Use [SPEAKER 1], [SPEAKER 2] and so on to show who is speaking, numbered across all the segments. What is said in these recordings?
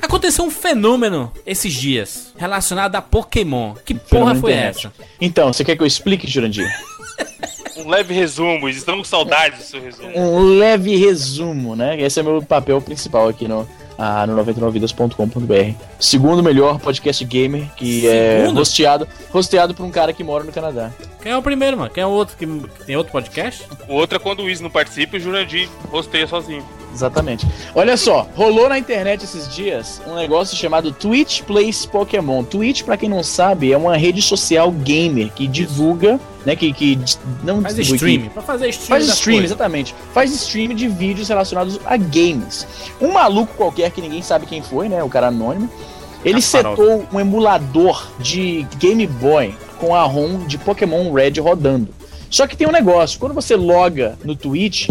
[SPEAKER 1] aconteceu um fenômeno esses dias relacionado a Pokémon. Que porra
[SPEAKER 2] Fenômeno
[SPEAKER 1] foi
[SPEAKER 2] internet.
[SPEAKER 1] essa?
[SPEAKER 2] Então, você quer que eu explique, Jurandir?
[SPEAKER 3] Um leve resumo, estamos com saudades do seu resumo.
[SPEAKER 2] um leve resumo, né? Esse é meu papel principal aqui no, ah, no 99vidas.com.br. Segundo melhor podcast gamer que é
[SPEAKER 1] Segundo?
[SPEAKER 2] hosteado, hosteado por um cara que mora no Canadá.
[SPEAKER 1] Quem é o primeiro, mano? Quem é o outro que que tem outro podcast?
[SPEAKER 3] O outro é quando o Wiz não participa e o Jurandir rosteia sozinho.
[SPEAKER 2] Exatamente. Olha só, rolou na internet esses dias um negócio chamado Twitch Plays Pokémon. Twitch, pra quem não sabe, é uma rede social gamer que divulga, né, que, que di- não
[SPEAKER 1] Faz
[SPEAKER 2] distribui, que
[SPEAKER 1] stream. Pra fazer stream.
[SPEAKER 2] Faz
[SPEAKER 1] das
[SPEAKER 2] stream,
[SPEAKER 1] coisas.
[SPEAKER 2] exatamente. Faz stream de vídeos relacionados a games. Um maluco qualquer que ninguém sabe quem foi, né? O cara anônimo. Ele
[SPEAKER 1] Kasparov.
[SPEAKER 2] setou um emulador de Game Boy com a ROM de Pokémon Red rodando. Só que tem um negócio, quando você loga no Twitch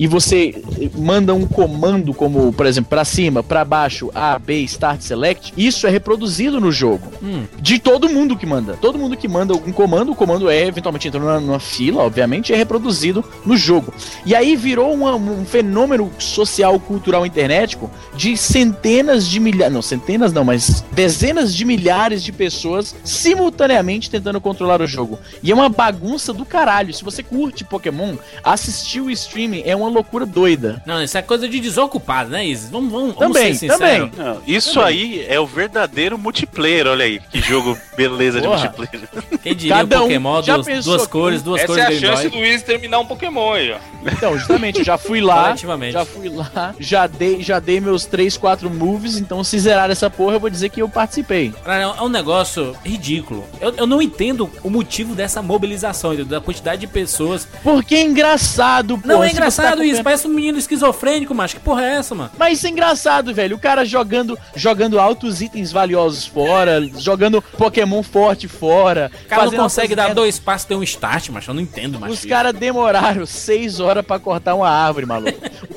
[SPEAKER 2] e você manda um comando como, por exemplo, pra cima, pra baixo, A, B, Start, Select, isso é reproduzido no jogo.
[SPEAKER 1] Hum.
[SPEAKER 2] De todo mundo que manda. Todo mundo que manda algum comando, o comando é eventualmente entrando numa, numa fila, obviamente, e é reproduzido no jogo. E aí virou uma- um fenômeno social, cultural, internetico de centenas de milhares. Não, centenas não, mas dezenas de milhares de pessoas simultaneamente tentando controlar o jogo. E é uma bagunça do caralho. Se você curte Pokémon, assistir o streaming é uma loucura doida.
[SPEAKER 1] Não, isso é coisa de desocupado, né, Isis? Vamos, vamos,
[SPEAKER 2] Também,
[SPEAKER 1] vamos ser sinceros.
[SPEAKER 2] também.
[SPEAKER 4] Não, isso aí é o verdadeiro multiplayer, olha aí. Que jogo beleza de
[SPEAKER 2] Porra.
[SPEAKER 4] multiplayer.
[SPEAKER 1] Quem diria
[SPEAKER 2] Cada um
[SPEAKER 1] o Pokémon,
[SPEAKER 2] já
[SPEAKER 1] duas,
[SPEAKER 2] pensou
[SPEAKER 1] duas
[SPEAKER 2] que-
[SPEAKER 1] cores, duas
[SPEAKER 3] Essa é
[SPEAKER 1] cores
[SPEAKER 3] a
[SPEAKER 1] Game
[SPEAKER 3] chance
[SPEAKER 1] Boy.
[SPEAKER 3] do Wiz terminar um Pokémon aí, ó.
[SPEAKER 2] Então, justamente, eu já fui lá.
[SPEAKER 1] Coletivamente.
[SPEAKER 2] Já fui lá, já dei, já dei meus 3, 4 moves, então se zerar essa porra, eu vou dizer que eu participei.
[SPEAKER 1] Cara, é um negócio ridículo. Eu, eu não entendo o motivo dessa mobilização, entendeu? da quantidade de pessoas.
[SPEAKER 2] Porque é engraçado, porra.
[SPEAKER 1] Não, é
[SPEAKER 2] se você tá
[SPEAKER 1] engraçado isso.
[SPEAKER 2] acompanhando-
[SPEAKER 1] Parece um menino esquizofrênico, macho. Que porra é essa, mano?
[SPEAKER 2] Mas isso é engraçado, velho. O cara jogando, jogando altos itens valiosos fora, jogando Pokémon forte fora.
[SPEAKER 1] O cara não
[SPEAKER 2] fazendo
[SPEAKER 1] consegue
[SPEAKER 2] essas
[SPEAKER 1] dar
[SPEAKER 2] merda.
[SPEAKER 1] dois passos, tem um start, macho. Eu não entendo, macho.
[SPEAKER 2] Os caras demoraram seis horas pra cortar uma árvore, maluco.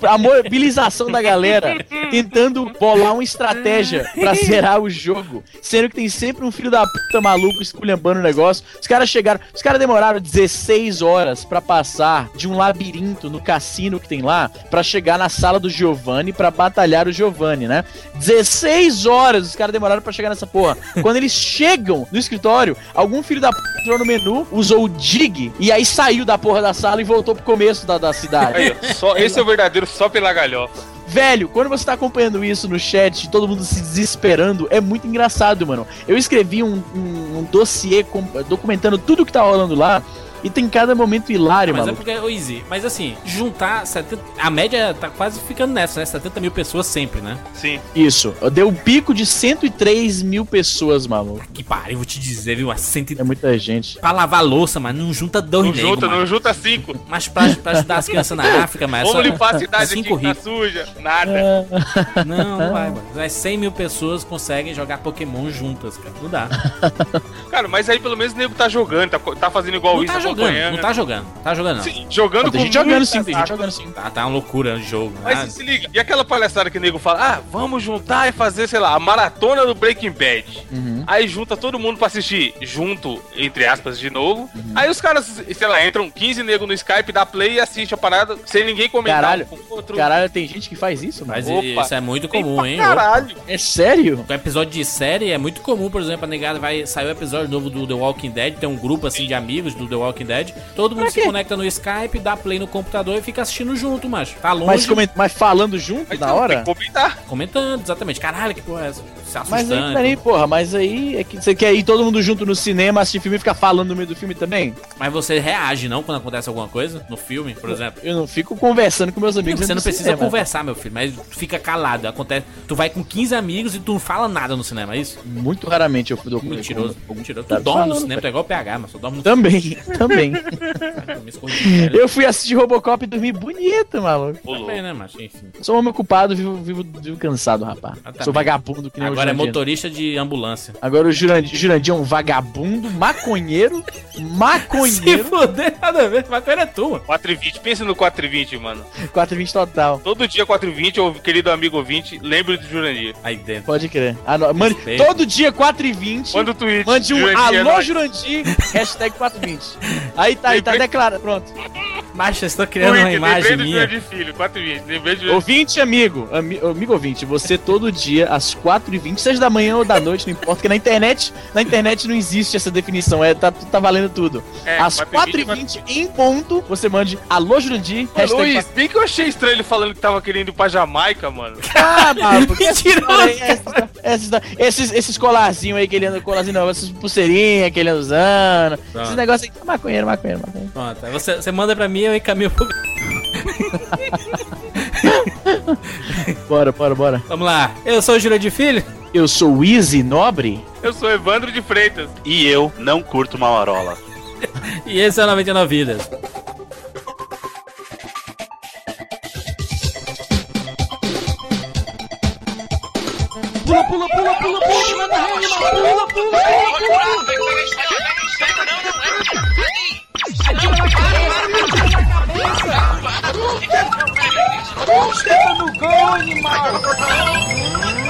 [SPEAKER 2] A mobilização da galera tentando bolar uma estratégia pra zerar o jogo. Sendo que tem sempre um filho da puta maluco esculhambando o negócio. Os caras chegaram. Os caras demoraram 16 horas pra passar de um labirinto no cassino que tem lá pra chegar na sala do Giovanni pra batalhar o Giovanni, né? 16 horas os caras demoraram pra chegar nessa porra. Quando eles chegam no escritório, algum filho da p entrou no menu, usou o dig e aí saiu da porra da sala e voltou pro começo da, da cidade.
[SPEAKER 3] Aí, ó. Só, esse é o verdadeiro só pela galhofa.
[SPEAKER 2] Velho, quando você tá acompanhando isso no chat, todo mundo se desesperando, é muito engraçado, mano. Eu escrevi um, um, um dossiê com- documentando tudo que tá rolando lá e tem cada momento hilário,
[SPEAKER 1] Mas é
[SPEAKER 2] mano.
[SPEAKER 1] porque, ô Easy, mas assim, juntar 70. A média tá quase ficando nessa, né? 70 mil pessoas sempre, né?
[SPEAKER 3] Sim.
[SPEAKER 2] Isso, deu um pico de 103 mil pessoas, maluco.
[SPEAKER 1] Que pariu, vou te dizer, viu? A 100...
[SPEAKER 2] É muita gente.
[SPEAKER 1] Pra lavar louça, mas não junta dois
[SPEAKER 3] Não
[SPEAKER 1] nego,
[SPEAKER 3] junta,
[SPEAKER 1] mano.
[SPEAKER 3] não junta cinco.
[SPEAKER 1] Mas pra, pra ajudar as crianças na África, mas
[SPEAKER 3] Vamos limpar a cidade aqui
[SPEAKER 1] é cinco
[SPEAKER 3] que tá
[SPEAKER 1] ricos.
[SPEAKER 3] suja.
[SPEAKER 1] É.
[SPEAKER 3] Nada.
[SPEAKER 2] É,
[SPEAKER 1] Não, não vai, mano. Mas 100 mil pessoas conseguem jogar Pokémon juntas, cara. Não dá.
[SPEAKER 3] Cara, mas aí pelo menos o nego tá jogando, tá, co- tá fazendo igual o
[SPEAKER 1] É. Não tá
[SPEAKER 3] Wiz,
[SPEAKER 1] jogando,
[SPEAKER 3] acompanhando.
[SPEAKER 1] não tá jogando. Tá jogando, não.
[SPEAKER 3] né? Sim, jogando
[SPEAKER 2] Tem gente
[SPEAKER 3] com
[SPEAKER 2] jogando
[SPEAKER 3] muita
[SPEAKER 2] sim, tem gente
[SPEAKER 3] saco.
[SPEAKER 2] jogando sim.
[SPEAKER 1] Tá, tá uma loucura o jogo.
[SPEAKER 3] Mas
[SPEAKER 2] Ah.
[SPEAKER 1] né?
[SPEAKER 3] se liga, e aquela palhaçada que o nego fala, ah, vamos juntar e fazer, sei lá, a maratona do Breaking Bad.
[SPEAKER 2] Uhum.
[SPEAKER 3] Aí junta todo mundo pra assistir junto, entre aspas, de novo.
[SPEAKER 2] Uhum.
[SPEAKER 3] Aí os caras, sei lá, entram 15 nego no Skype, dá play e assiste a parada sem ninguém comentar
[SPEAKER 2] Caralho,
[SPEAKER 3] um com o outro.
[SPEAKER 2] Caralho, tem gente que faz isso, mano.
[SPEAKER 1] Mas
[SPEAKER 3] Opa.
[SPEAKER 1] isso é muito
[SPEAKER 3] Tem
[SPEAKER 1] comum,
[SPEAKER 3] pra
[SPEAKER 1] hein?
[SPEAKER 3] Caralho.
[SPEAKER 2] É sério?
[SPEAKER 1] Com episódio de série é muito comum, por exemplo, a negada vai sair o episódio novo do The Walking Dead, tem um grupo assim de amigos do The Walking Dead, todo mundo
[SPEAKER 2] Pra
[SPEAKER 1] se
[SPEAKER 2] quê?
[SPEAKER 1] conecta no Skype, dá play no computador e fica assistindo junto, macho. Tá longe, é
[SPEAKER 2] Mas, coment- mas falando junto
[SPEAKER 3] Mas
[SPEAKER 2] na
[SPEAKER 1] um
[SPEAKER 3] não,
[SPEAKER 2] hora?
[SPEAKER 3] Tem que comentar.
[SPEAKER 1] comentando, exatamente. Caralho, que porra é essa? Se assustando.
[SPEAKER 2] Mas aí, peraí, porra, mas aí é que você quer ir todo mundo junto no cinema, assistir filme e ficar falando no meio do filme também?
[SPEAKER 1] Mas você reage, não, quando acontece alguma coisa no filme, por exemplo?
[SPEAKER 2] Eu não fico conversando com meus amigos.
[SPEAKER 1] Você
[SPEAKER 2] dentro
[SPEAKER 1] não
[SPEAKER 2] do
[SPEAKER 1] precisa
[SPEAKER 2] cinema.
[SPEAKER 1] conversar, meu filho, mas fica calado. Acontece. Tu vai com 15 amigos e tu não fala nada no cinema, é isso?
[SPEAKER 2] Muito raramente eu dou com-
[SPEAKER 1] Mentiroso, mentiroso. Tu
[SPEAKER 2] Tá
[SPEAKER 1] dorme no
[SPEAKER 2] falando,
[SPEAKER 1] cinema, tu é igual o PH, mas só dorme no
[SPEAKER 2] Também, também.
[SPEAKER 1] cinema. me esconde.
[SPEAKER 2] eu fui assistir Robocop e dormi bonito, maluco.
[SPEAKER 3] Ô, louco.
[SPEAKER 1] Também, né, macho? Enfim.
[SPEAKER 2] Sou um homem ocupado, vivo, vivo, vivo cansado, rapaz.
[SPEAKER 1] Exatamente.
[SPEAKER 2] Sou vagabundo que nem
[SPEAKER 1] Ah, tá Agora é
[SPEAKER 2] o Jurandir.
[SPEAKER 1] motorista de ambulância.
[SPEAKER 2] Agora o Jurandir, Jurandir é um vagabundo, maconheiro,
[SPEAKER 1] Se
[SPEAKER 2] maconheiro,
[SPEAKER 1] foder, nada a ver, maconha é tua.
[SPEAKER 3] 4h20, pensa no 4h20, mano.
[SPEAKER 2] 420 total.
[SPEAKER 3] Todo dia 4h20, ô querido amigo ouvinte, lembre do Jurandir.
[SPEAKER 1] Aí dentro.
[SPEAKER 2] Pode crer. Ah, não, mano,
[SPEAKER 1] Respeito.
[SPEAKER 2] todo dia 4h20.
[SPEAKER 3] Manda o tweet.
[SPEAKER 2] Mande um
[SPEAKER 3] Jurandir é
[SPEAKER 2] alô
[SPEAKER 3] nóis.
[SPEAKER 2] Jurandir, hashtag 420. Aí tá, aí tá declarado, pronto.
[SPEAKER 1] Mas vocês estão criando uma imagem
[SPEAKER 3] lembrei do dia
[SPEAKER 1] minha.
[SPEAKER 3] de filho, 4 dias. Lembrei de
[SPEAKER 2] Ouvinte, amigo, ami- amigo ouvinte, você todo dia, às 4h20, seja da manhã ou da noite, não importa, porque na internet, na internet não existe essa definição, é, tá, tá valendo tudo.
[SPEAKER 3] É,
[SPEAKER 2] às
[SPEAKER 3] 4h20,
[SPEAKER 2] 4h20, em ponto, você mande alô, Jurandir,
[SPEAKER 3] Ô,
[SPEAKER 2] hashtag
[SPEAKER 3] Luiz, bem que eu achei estranho ele falando que tava querendo ir pra Jamaica, mano.
[SPEAKER 2] Ah, mano, porque essa
[SPEAKER 1] Mentiroso,
[SPEAKER 2] história aí, essa história- essa história- esses, esses colarzinhos aí que ele anda, colarzinho não, essas pulseirinhas que ele anda usando,
[SPEAKER 1] Tá.
[SPEAKER 2] esses negócios aí, é maconheiro, maconheiro, maconheiro.
[SPEAKER 1] Pronto, aí você, você manda pra mim, eu encaminho pro.
[SPEAKER 2] Bora, bora, bora.
[SPEAKER 1] Vamos lá. Eu sou o Júlio de Filho?
[SPEAKER 2] Eu sou o Easy Nobre?
[SPEAKER 3] Eu sou Evandro de Freitas.
[SPEAKER 4] E eu não curto Malarola.
[SPEAKER 1] E esse é o 99 Vidas.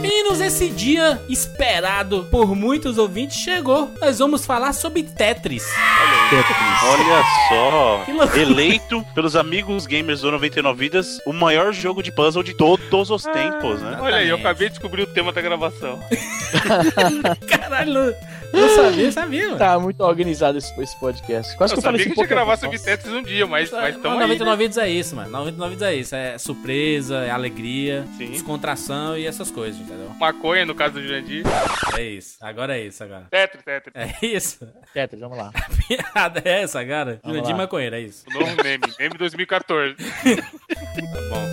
[SPEAKER 1] Meninos, esse dia esperado por muitos ouvintes chegou. Nós vamos falar sobre Tetris.
[SPEAKER 4] Olha só,
[SPEAKER 1] Que loucura.
[SPEAKER 4] eleito pelos amigos gamers do 99 Vidas, o maior jogo de puzzle de todos os tempos, né?
[SPEAKER 3] Olha aí, eu
[SPEAKER 1] Exatamente.
[SPEAKER 3] acabei de descobrir o tema da gravação.
[SPEAKER 1] Caralho, não sabia, sabia, mano.
[SPEAKER 2] Tá muito organizado esse, esse podcast. Quase
[SPEAKER 3] Eu
[SPEAKER 2] que eu falei assim,
[SPEAKER 3] sabia que a gente ia
[SPEAKER 2] pô,
[SPEAKER 3] gravar
[SPEAKER 2] cara,
[SPEAKER 3] sobre
[SPEAKER 2] nossa.
[SPEAKER 3] Tetris um dia, mas
[SPEAKER 1] Mas
[SPEAKER 3] estamos aí.
[SPEAKER 1] 99 vidas é isso, mano. 99 vidas é isso. É surpresa, é alegria,
[SPEAKER 4] Sim.
[SPEAKER 1] descontração e essas coisas, entendeu?
[SPEAKER 3] Maconha, no caso do Jurandir.
[SPEAKER 1] É isso. Agora é isso, agora.
[SPEAKER 3] Tetris, Tetris.
[SPEAKER 1] É isso.
[SPEAKER 2] Tetris, vamos lá.
[SPEAKER 1] Piada é essa, cara?
[SPEAKER 2] Vamos
[SPEAKER 1] Jurandir
[SPEAKER 2] lá.
[SPEAKER 1] Maconheiro, é isso.
[SPEAKER 3] O novo meme, meme 2014.
[SPEAKER 1] Tá bom.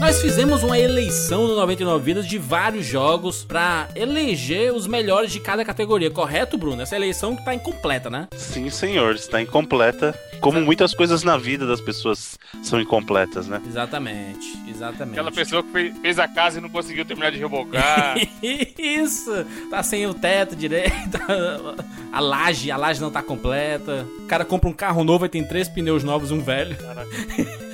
[SPEAKER 1] Nós fizemos uma eleição no 99 Vidas de vários jogos pra eleger os melhores de cada categoria, correto, Bruno? Essa eleição que tá incompleta, né?
[SPEAKER 4] Sim, senhor, está incompleta. Como muitas coisas na vida das pessoas são incompletas, né?
[SPEAKER 1] Exatamente, exatamente.
[SPEAKER 3] Aquela pessoa que fez, fez a casa e não conseguiu terminar de rebocar.
[SPEAKER 1] Isso! Tá sem o teto direito, a laje, a laje não tá completa. O cara compra um carro novo e tem três pneus novos e um velho.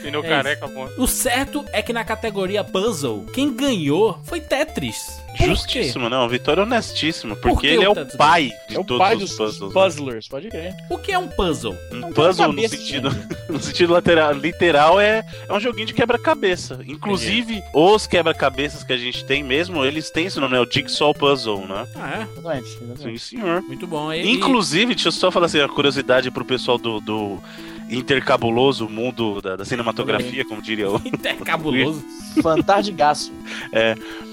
[SPEAKER 3] Pneu
[SPEAKER 1] É
[SPEAKER 3] careca, pô.
[SPEAKER 1] O certo é que na categoria puzzle, quem ganhou foi Tetris. Por
[SPEAKER 4] Justíssimo, não, uma vitória honestíssima, porque
[SPEAKER 1] que
[SPEAKER 4] ele é
[SPEAKER 1] o
[SPEAKER 4] o
[SPEAKER 1] tanto-
[SPEAKER 4] pai de
[SPEAKER 2] É o
[SPEAKER 4] todos
[SPEAKER 2] pai
[SPEAKER 4] os
[SPEAKER 2] dos
[SPEAKER 4] puzzles. né?
[SPEAKER 2] puzzlers, pode crer.
[SPEAKER 1] quê? O que é um puzzle?
[SPEAKER 4] Um
[SPEAKER 2] Não tem
[SPEAKER 4] puzzle no
[SPEAKER 2] cabeça, né?
[SPEAKER 4] sentido, no sentido lateral, literal é, é um joguinho de quebra-cabeça. Inclusive, os quebra-cabeças que a gente tem mesmo, eles têm esse nome, é o Jigsaw Puzzle, né?
[SPEAKER 1] Ah, é?
[SPEAKER 2] Exatamente,
[SPEAKER 4] Sim,
[SPEAKER 2] exatamente.
[SPEAKER 4] senhor.
[SPEAKER 1] Muito bom. E,
[SPEAKER 4] Inclusive, deixa eu só falar assim, a curiosidade pro pessoal do, do intercabuloso mundo da, da cinematografia, como diria o.
[SPEAKER 1] e intercabuloso.
[SPEAKER 2] Fantardigaço.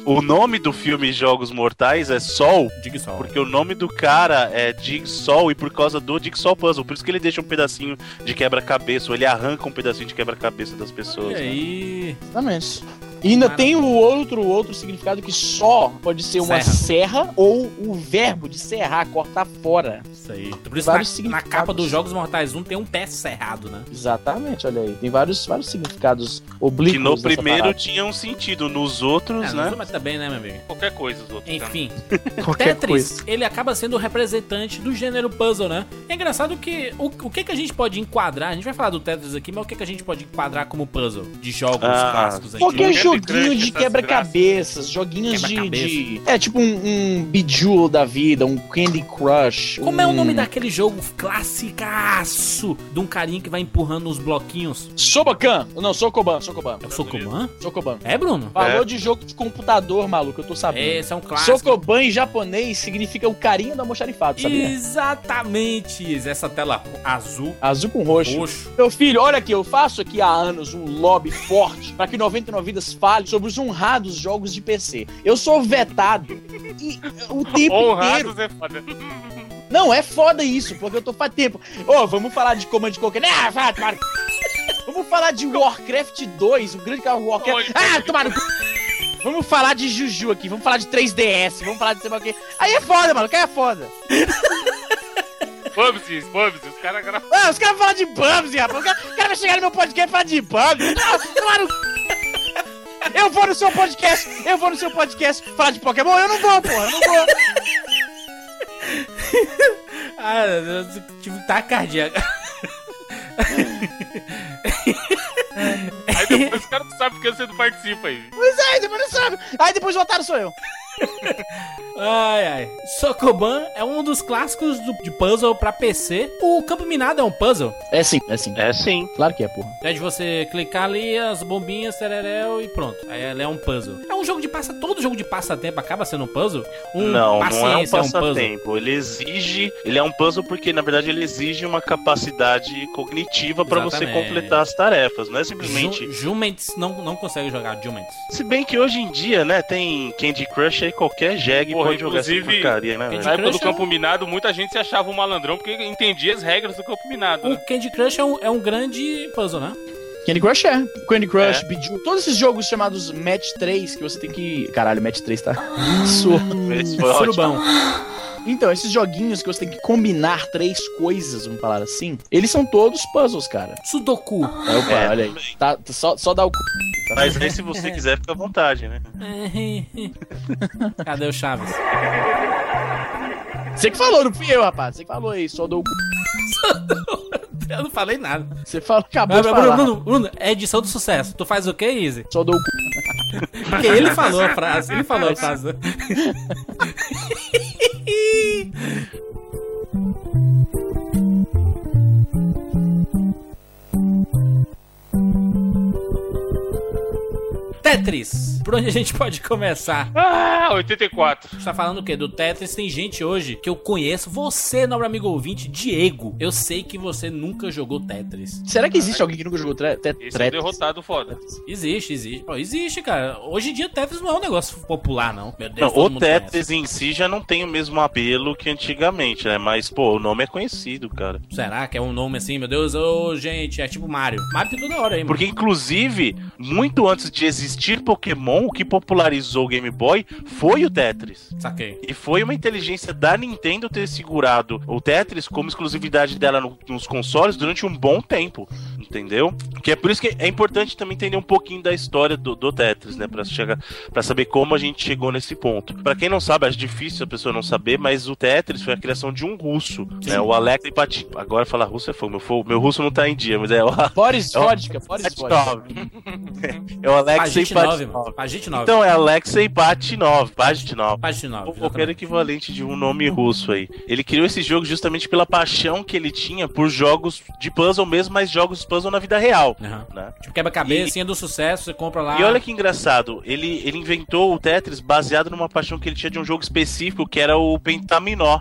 [SPEAKER 4] O nome do filme Jogos Mortais é Sol,
[SPEAKER 1] Diga só.
[SPEAKER 4] porque o nome do cara é Jigsaw e por causa do Jigsaw Puzzle. Por isso que ele deixa um pedacinho de quebra-cabeça, ou ele arranca um pedacinho de quebra-cabeça das pessoas.
[SPEAKER 1] E
[SPEAKER 4] né?
[SPEAKER 1] aí?
[SPEAKER 2] é Exatamente. E ainda tem o outro, outro significado que só pode ser uma serra, ou o verbo de serrar, cortar fora.
[SPEAKER 1] Isso aí. Por isso,
[SPEAKER 2] Vários
[SPEAKER 1] na, na
[SPEAKER 2] significados.
[SPEAKER 1] capa dos Jogos Mortais 1 tem um pé cerrado, né?
[SPEAKER 2] Exatamente, olha aí. Tem vários, vários significados
[SPEAKER 4] Que
[SPEAKER 2] oblíquos.
[SPEAKER 4] no
[SPEAKER 2] dessa
[SPEAKER 4] primeiro
[SPEAKER 2] parada.
[SPEAKER 4] tinha um sentido, nos
[SPEAKER 1] É,
[SPEAKER 4] outros,
[SPEAKER 1] mas
[SPEAKER 4] né?
[SPEAKER 1] mas também, né, meu amigo?
[SPEAKER 3] Qualquer coisa, os outros. né?
[SPEAKER 1] Enfim,
[SPEAKER 2] Qualquer
[SPEAKER 1] Tetris, ele acaba sendo o representante do gênero puzzle, né? É engraçado que o, o que que a gente pode enquadrar, a gente vai falar do Tetris aqui, mas o que que a gente pode enquadrar como puzzle de jogos
[SPEAKER 4] Ah,
[SPEAKER 1] clássicos
[SPEAKER 2] Qualquer
[SPEAKER 1] antigos?
[SPEAKER 3] Qualquer
[SPEAKER 2] jogo, joguinho
[SPEAKER 3] Crush,
[SPEAKER 2] de
[SPEAKER 3] essas
[SPEAKER 2] quebra-cabeças, joguinhos de,
[SPEAKER 1] né? Quebra-cabeça.
[SPEAKER 2] de- É tipo um, um Bejewel da vida, um Candy Crush.
[SPEAKER 1] Como é o
[SPEAKER 2] um
[SPEAKER 1] nome daquele jogo classicaço de um carinha que vai empurrando os bloquinhos?
[SPEAKER 2] Sobacan! Não, Sokoban, Sokoban,
[SPEAKER 1] É o Sokoban?
[SPEAKER 2] Sokoban.
[SPEAKER 1] É, Bruno?
[SPEAKER 2] Falou de jogo de computador, maluco, eu tô sabendo.
[SPEAKER 1] Esse é um clássico.
[SPEAKER 2] Sokoban em japonês significa o carinho do almoxarifado, sabia?
[SPEAKER 1] Exatamente. Essa tela azul,
[SPEAKER 2] Azul com roxo.
[SPEAKER 1] roxo.
[SPEAKER 2] Meu filho, olha aqui, eu faço aqui há anos um lobby forte para que 99 Vidas fale sobre os honrados jogos de PC. Eu sou vetado e o tempo inteiro.
[SPEAKER 3] Honrados é foda.
[SPEAKER 2] Não, é foda isso, porque eu tô faz tempo. Ô, vamos falar de Command Conquer. Ah, vai, tomar... no c****. Vamos falar de Warcraft 2, o grande carro Warcraft.
[SPEAKER 3] Oi,
[SPEAKER 2] Ah, tomar no c****. Vamos falar de Juju aqui, vamos falar de 3DS, vamos falar de sei lá o quê. Aí é foda, mano, que é foda.
[SPEAKER 3] Bubsy, Bubsy, os caras gravam.
[SPEAKER 2] Ah, os caras falam de Bubsy, rapaz. O cara, o cara vai chegar no meu podcast e falar de Bubsy. Ah, Claro. Eu vou no seu podcast, eu vou no seu podcast falar de Pokémon, eu não vou, porra, eu não vou.
[SPEAKER 1] Ah, eu tive tá cardíaca.
[SPEAKER 3] Aí depois os caras não sabem porque você não participa aí.
[SPEAKER 2] Pois é, depois não sabe. Aí depois o otário sou eu.
[SPEAKER 1] Ai, ai. Sokoban é um dos clássicos do- de puzzle pra PC. O campo minado é um puzzle.
[SPEAKER 2] É sim, é sim.
[SPEAKER 4] É sim.
[SPEAKER 2] Claro que é, porra.
[SPEAKER 1] É de você clicar ali, as bombinhas, tereréu e pronto. Aí ela é um puzzle. É um jogo de passa... Todo jogo de passatempo acaba sendo um puzzle? Um
[SPEAKER 4] não, não é um
[SPEAKER 1] paciência
[SPEAKER 4] passatempo. ele exige. Ele é um puzzle porque, na verdade, ele exige uma capacidade cognitiva pra você
[SPEAKER 1] Exatamente.
[SPEAKER 4] completar as tarefas. Não é simplesmente.
[SPEAKER 1] Ju- Juments não, não consegue jogar Juments.
[SPEAKER 4] Se bem que hoje em dia, né, tem Candy Crush aí, qualquer jegue
[SPEAKER 3] Porra,
[SPEAKER 4] pode jogar essa
[SPEAKER 3] inclusive,
[SPEAKER 4] porcaria, né?
[SPEAKER 1] Candy
[SPEAKER 4] velho?
[SPEAKER 3] Na época do
[SPEAKER 1] Crush é um-
[SPEAKER 3] Campo Minado, muita gente se achava um malandrão porque entendia as regras do Campo Minado.
[SPEAKER 1] O
[SPEAKER 3] né?
[SPEAKER 1] Candy Crush é um, é um grande puzzle, né?
[SPEAKER 2] Candy Crush é. Candy Crush, Biju. Todos esses jogos chamados Match 3 que você tem que. Caralho, Match 3 tá. Sua.
[SPEAKER 4] Esse foi ótimo.
[SPEAKER 1] Surubão.
[SPEAKER 2] Então, esses joguinhos que você tem que combinar três coisas, vamos falar assim, eles são todos puzzles, cara.
[SPEAKER 1] Sudoku.
[SPEAKER 2] Aí, opa,
[SPEAKER 4] É,
[SPEAKER 2] olha aí. Tá, tá só, só dá o cu. Tá
[SPEAKER 4] Mas aí, se você quiser, fica à vontade, né?
[SPEAKER 1] Cadê o Chaves?
[SPEAKER 2] Você que falou, não fui eu, rapaz. Você que falou aí, só dou o cu.
[SPEAKER 1] Eu não falei nada.
[SPEAKER 2] Você falou, acabou
[SPEAKER 1] Bruno,
[SPEAKER 2] de
[SPEAKER 1] Bruno,
[SPEAKER 2] falar.
[SPEAKER 1] Bruno, Bruno, é edição do sucesso. Tu faz o quê, Izzy?
[SPEAKER 2] Só dou o cu.
[SPEAKER 1] Porque ele falou a frase. Ele falou a frase. Tetris. Por onde a gente pode começar?
[SPEAKER 3] Ah, 84.
[SPEAKER 1] Você tá falando o quê? Do Tetris tem gente hoje que eu conheço. Você, nobre amigo ouvinte, Diego. Eu sei que você nunca jogou Tetris.
[SPEAKER 2] Será que existe alguém que nunca jogou tre- te-
[SPEAKER 3] Esse é o
[SPEAKER 2] Tetris?
[SPEAKER 3] derrotado foda.
[SPEAKER 1] Existe, existe. Pô, existe, cara. Hoje em dia Tetris não é um negócio popular, não. Meu Deus,
[SPEAKER 4] Não,
[SPEAKER 1] todo
[SPEAKER 4] o
[SPEAKER 1] mundo
[SPEAKER 4] Tetris em si já não tem o mesmo apelo que antigamente, né? Mas, pô, o nome é conhecido, cara.
[SPEAKER 1] conhece. Será que é um nome assim? Meu Deus, ô, gente, é tipo Mario. Mario tem toda hora aí, mano.
[SPEAKER 4] Porque, inclusive, muito antes de existir Pokémon, o que popularizou o Game Boy foi o Tetris.
[SPEAKER 1] Saquei.
[SPEAKER 4] E foi uma inteligência da Nintendo ter segurado o Tetris como exclusividade dela no- nos consoles durante um bom tempo, entendeu? Que é por isso que é importante também entender um pouquinho da história do, do Tetris, né, Pra chegar, para saber como a gente chegou nesse ponto. Pra quem não sabe, acho difícil a pessoa não saber, mas o Tetris foi a criação de um russo, né, o Alexei Patin. Agora falar russo é fogo, meu, fogo- meu russo não tá em dia, mas é o
[SPEAKER 2] Boris
[SPEAKER 4] É o-
[SPEAKER 2] Vodka, Boris Vodka.
[SPEAKER 4] Patinov. é o Alexei
[SPEAKER 1] Pagite 9,
[SPEAKER 4] Patinov.
[SPEAKER 1] mano. Pagite 9.
[SPEAKER 4] Então é Alexei Patinov, Patinov.
[SPEAKER 1] Pagite 9.
[SPEAKER 4] Ou qualquer equivalente de um nome russo aí. Ele criou esse jogo justamente pela paixão que ele tinha por jogos de puzzle mesmo, mas jogos puzzle na vida real.
[SPEAKER 1] Aham.
[SPEAKER 4] Né?
[SPEAKER 1] Tipo, quebra-cabeça, e... do sucesso, você compra lá.
[SPEAKER 4] E olha que engraçado, ele, ele inventou o Tetris baseado numa paixão que ele tinha de um jogo específico, que era o Pentaminó.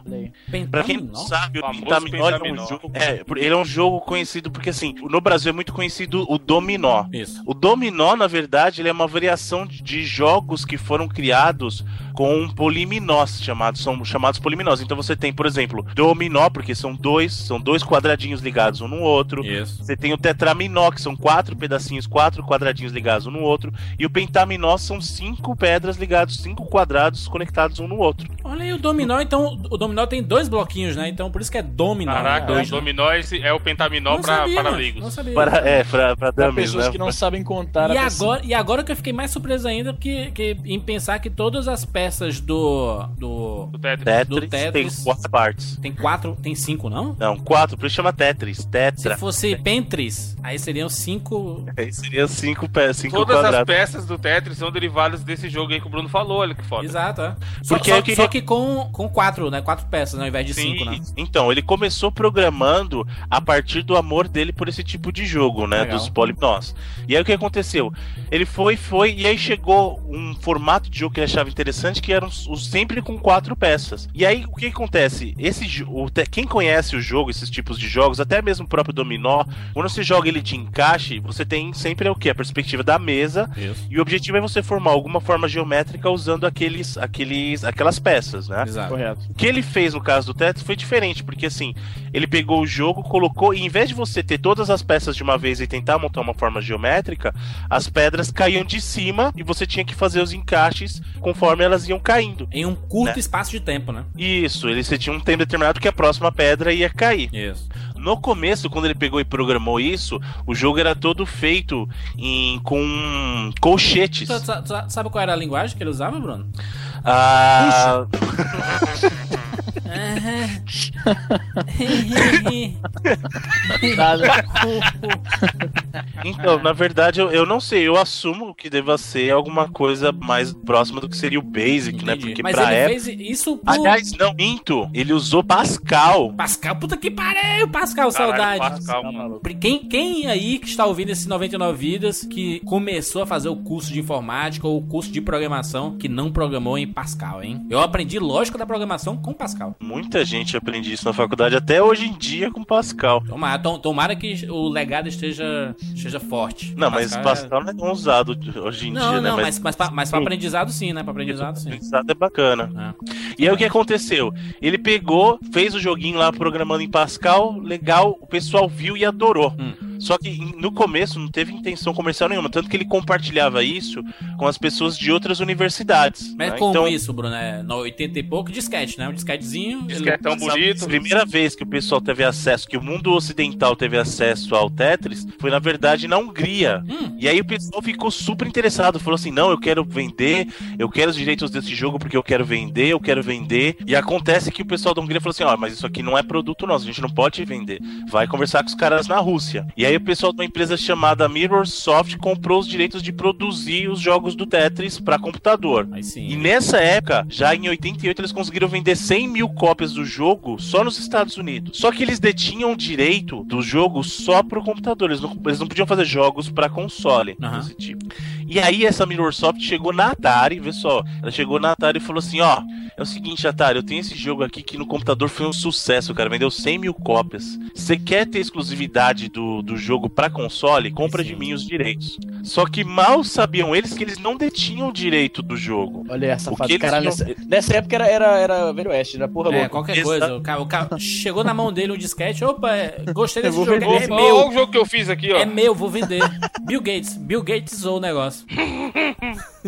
[SPEAKER 4] Pra quem não
[SPEAKER 1] Pentaminó?
[SPEAKER 4] sabe, o
[SPEAKER 3] Famoso
[SPEAKER 4] Pentaminó ele é um
[SPEAKER 3] Pentaminó.
[SPEAKER 4] jogo. É, por- ele é um jogo conhecido porque, assim, no Brasil é muito conhecido o Dominó.
[SPEAKER 1] Isso.
[SPEAKER 4] O dominó, na verdade, ele é uma variação de, de jogos que foram criados com um poliminós, chamados, são chamados poliminós. Então você tem, por exemplo, dominó, porque são dois, são dois quadradinhos ligados um no outro.
[SPEAKER 1] Isso.
[SPEAKER 4] Você tem o tetraminó, que são quatro pedacinhos, quatro quadradinhos ligados um no outro. E o pentaminó são cinco pedras ligadas, cinco quadrados conectados um no outro.
[SPEAKER 1] Olha aí o dominó, então. O dominó tem dois bloquinhos, né? Então por isso que é dominó.
[SPEAKER 3] Caraca,
[SPEAKER 1] né?
[SPEAKER 3] o dominó esse é o pentaminó
[SPEAKER 1] Não
[SPEAKER 3] pra
[SPEAKER 1] sabia, mano. Não
[SPEAKER 3] paralelos.
[SPEAKER 1] sabia.
[SPEAKER 4] Para, é, pra, pra
[SPEAKER 2] Pra
[SPEAKER 4] dummies,
[SPEAKER 2] pessoas
[SPEAKER 4] né?
[SPEAKER 2] que não sabem contar.
[SPEAKER 1] E
[SPEAKER 2] a pessoa-
[SPEAKER 1] agora, e agora que eu fiquei mais surpreso ainda que, que em pensar que todas as peças do. do.
[SPEAKER 3] do Tetris.
[SPEAKER 1] Do
[SPEAKER 4] Tetris,
[SPEAKER 1] Tetris.
[SPEAKER 4] tem quatro partes.
[SPEAKER 1] Tem quatro. Tem cinco, não?
[SPEAKER 4] Não, quatro, por isso chama Tetris.
[SPEAKER 1] Se
[SPEAKER 4] Tetra.
[SPEAKER 1] fosse Pentris, aí seriam cinco.
[SPEAKER 4] Aí seria cinco, pé, cinco
[SPEAKER 3] Todas as
[SPEAKER 4] quadrados.
[SPEAKER 3] peças do Tetris são derivadas desse jogo aí que o Bruno falou, olha que foda.
[SPEAKER 1] Exato, é. Só,
[SPEAKER 4] Porque
[SPEAKER 1] só-
[SPEAKER 4] eu queria-
[SPEAKER 1] só que com, com quatro, né? Quatro peças, né, ao invés de
[SPEAKER 3] Sim.
[SPEAKER 1] cinco, né?
[SPEAKER 4] Então, ele começou programando a partir do amor dele por esse tipo de jogo, né?
[SPEAKER 1] Legal.
[SPEAKER 4] Dos polinós. E aí o que aconteceu? Ele foi, foi, e aí chegou um formato de jogo que ele achava interessante, que eram os- os sempre com quatro peças. E aí o que acontece? Esse, jo- o, te- quem conhece o jogo, esses tipos de jogos, até mesmo o próprio dominó, quando você joga ele de encaixe, você tem sempre é o quê? A perspectiva da mesa
[SPEAKER 1] Isso.
[SPEAKER 4] E o objetivo é você formar alguma forma geométrica usando aqueles, aqueles, aquelas peças, né?
[SPEAKER 1] Exato.
[SPEAKER 2] Correto.
[SPEAKER 4] O que ele fez no caso do Tetris foi diferente, porque assim, ele pegou o jogo, colocou, e em vez de você ter todas as peças de uma vez e tentar montar uma forma geométrica, as pedras caíam de cima e você tinha que fazer os encaixes conforme elas iam caindo.
[SPEAKER 1] Em um curto espaço de tempo, né?
[SPEAKER 4] Isso, ele você tinha um tempo determinado que a próxima pedra ia cair.
[SPEAKER 1] Isso.
[SPEAKER 4] No começo, quando ele pegou e programou isso, o jogo era todo feito em, com
[SPEAKER 1] Tu,
[SPEAKER 4] colchetes.
[SPEAKER 1] tu- tu Então, sabe qual era a linguagem que ele usava, Bruno?
[SPEAKER 4] Ah, né?
[SPEAKER 2] Nada.
[SPEAKER 4] Então, na verdade, eu, eu não sei. Eu assumo que deva ser alguma coisa mais próxima do que seria o Basic, né? Porque
[SPEAKER 1] Mas
[SPEAKER 4] pra
[SPEAKER 1] ele
[SPEAKER 4] época.
[SPEAKER 1] fez isso por
[SPEAKER 4] Aliás, não, minto. Ele usou Pascal.
[SPEAKER 1] Pascal. Puta que pariu, Pascal,
[SPEAKER 3] Caralho,
[SPEAKER 1] saudade.
[SPEAKER 3] Pascal,
[SPEAKER 2] Tá
[SPEAKER 3] mano.
[SPEAKER 1] Quem, quem aí que está ouvindo esse 99 Vidas que começou a fazer o curso de informática ou o curso de programação que não programou em Pascal, hein? Eu aprendi lógica da programação com Pascal.
[SPEAKER 4] Muita gente aprende isso na faculdade, até hoje em dia com Pascal.
[SPEAKER 1] Tomara, tom- tomara que o legado esteja, esteja forte.
[SPEAKER 4] Não, mas
[SPEAKER 1] é-
[SPEAKER 4] Pascal não é tão usado de- hoje em
[SPEAKER 1] Não,
[SPEAKER 4] dia,
[SPEAKER 1] não,
[SPEAKER 4] né?
[SPEAKER 1] mas, mas, pra, mas pra aprendizado sim, né? Pra aprendizado sim.
[SPEAKER 4] Aprendizado é bacana. E aí o que aconteceu? Ele pegou, fez o joguinho lá programando em Pascal, legal, o pessoal viu e adorou.
[SPEAKER 1] Hum.
[SPEAKER 4] Só que em- no começo não teve intenção comercial nenhuma, tanto que ele compartilhava isso com as pessoas de outras universidades.
[SPEAKER 1] Mas
[SPEAKER 4] né?
[SPEAKER 1] como isso, Bruno? É no 80 e pouco, disquete, né? Um disquetezinho. ele-
[SPEAKER 3] Disquetão
[SPEAKER 4] essa
[SPEAKER 3] é bonito.
[SPEAKER 4] é primeira vez que o pessoal teve acesso, que o mundo ocidental teve acesso ao Tetris, foi na verdade na Hungria.
[SPEAKER 1] Hum.
[SPEAKER 4] E aí o pessoal ficou super interessado, falou assim: não, eu quero vender, eu quero os direitos desse jogo porque eu quero vender, eu quero vender. E acontece que o pessoal da Hungria falou assim: ó, mas isso aqui não é produto nosso, a gente não pode vender. Vai conversar com os caras na Rússia. E aí o pessoal de uma empresa chamada Mirrorsoft comprou os direitos de produzir os jogos do Tetris para computador.
[SPEAKER 1] Aí
[SPEAKER 4] E
[SPEAKER 1] sim.
[SPEAKER 4] nessa época, já em 88, eles conseguiram vender 100 mil cópias do jogo só nos Estados Unidos. Só que eles detinham o direito do jogo só pro computador. Eles não, eles não podiam fazer jogos pra console
[SPEAKER 1] Aham.
[SPEAKER 4] desse tipo. E aí essa Mirrorsoft chegou na Atari, vê só. Ela chegou na Atari e falou assim, ó... É o seguinte, Atari, eu tenho esse jogo aqui que no computador foi um sucesso, cara. Vendeu 100 mil cópias. Você quer ter exclusividade do, do jogo pra console? Compra de
[SPEAKER 1] Sim.
[SPEAKER 4] mim os direitos. Só que mal sabiam eles que eles não detinham o direito do jogo.
[SPEAKER 2] Olha essa
[SPEAKER 4] O que
[SPEAKER 2] fase.
[SPEAKER 4] eles
[SPEAKER 2] Caralho,
[SPEAKER 4] não-
[SPEAKER 2] nessa, nessa época era, era, era Velho Oeste, era porra
[SPEAKER 1] É,
[SPEAKER 2] louca.
[SPEAKER 1] qualquer
[SPEAKER 4] Exato.
[SPEAKER 1] coisa. O cara, o cara- chegou na mão dele um disquete. Opa, é- gostei desse
[SPEAKER 2] Eu vou
[SPEAKER 1] jogo.
[SPEAKER 2] vender.
[SPEAKER 1] É
[SPEAKER 3] Ó, ó,
[SPEAKER 1] meu.
[SPEAKER 3] o jogo que eu fiz aqui, ó.
[SPEAKER 1] É meu, vou vender. Bill Gates. Bill Gates usou o negócio.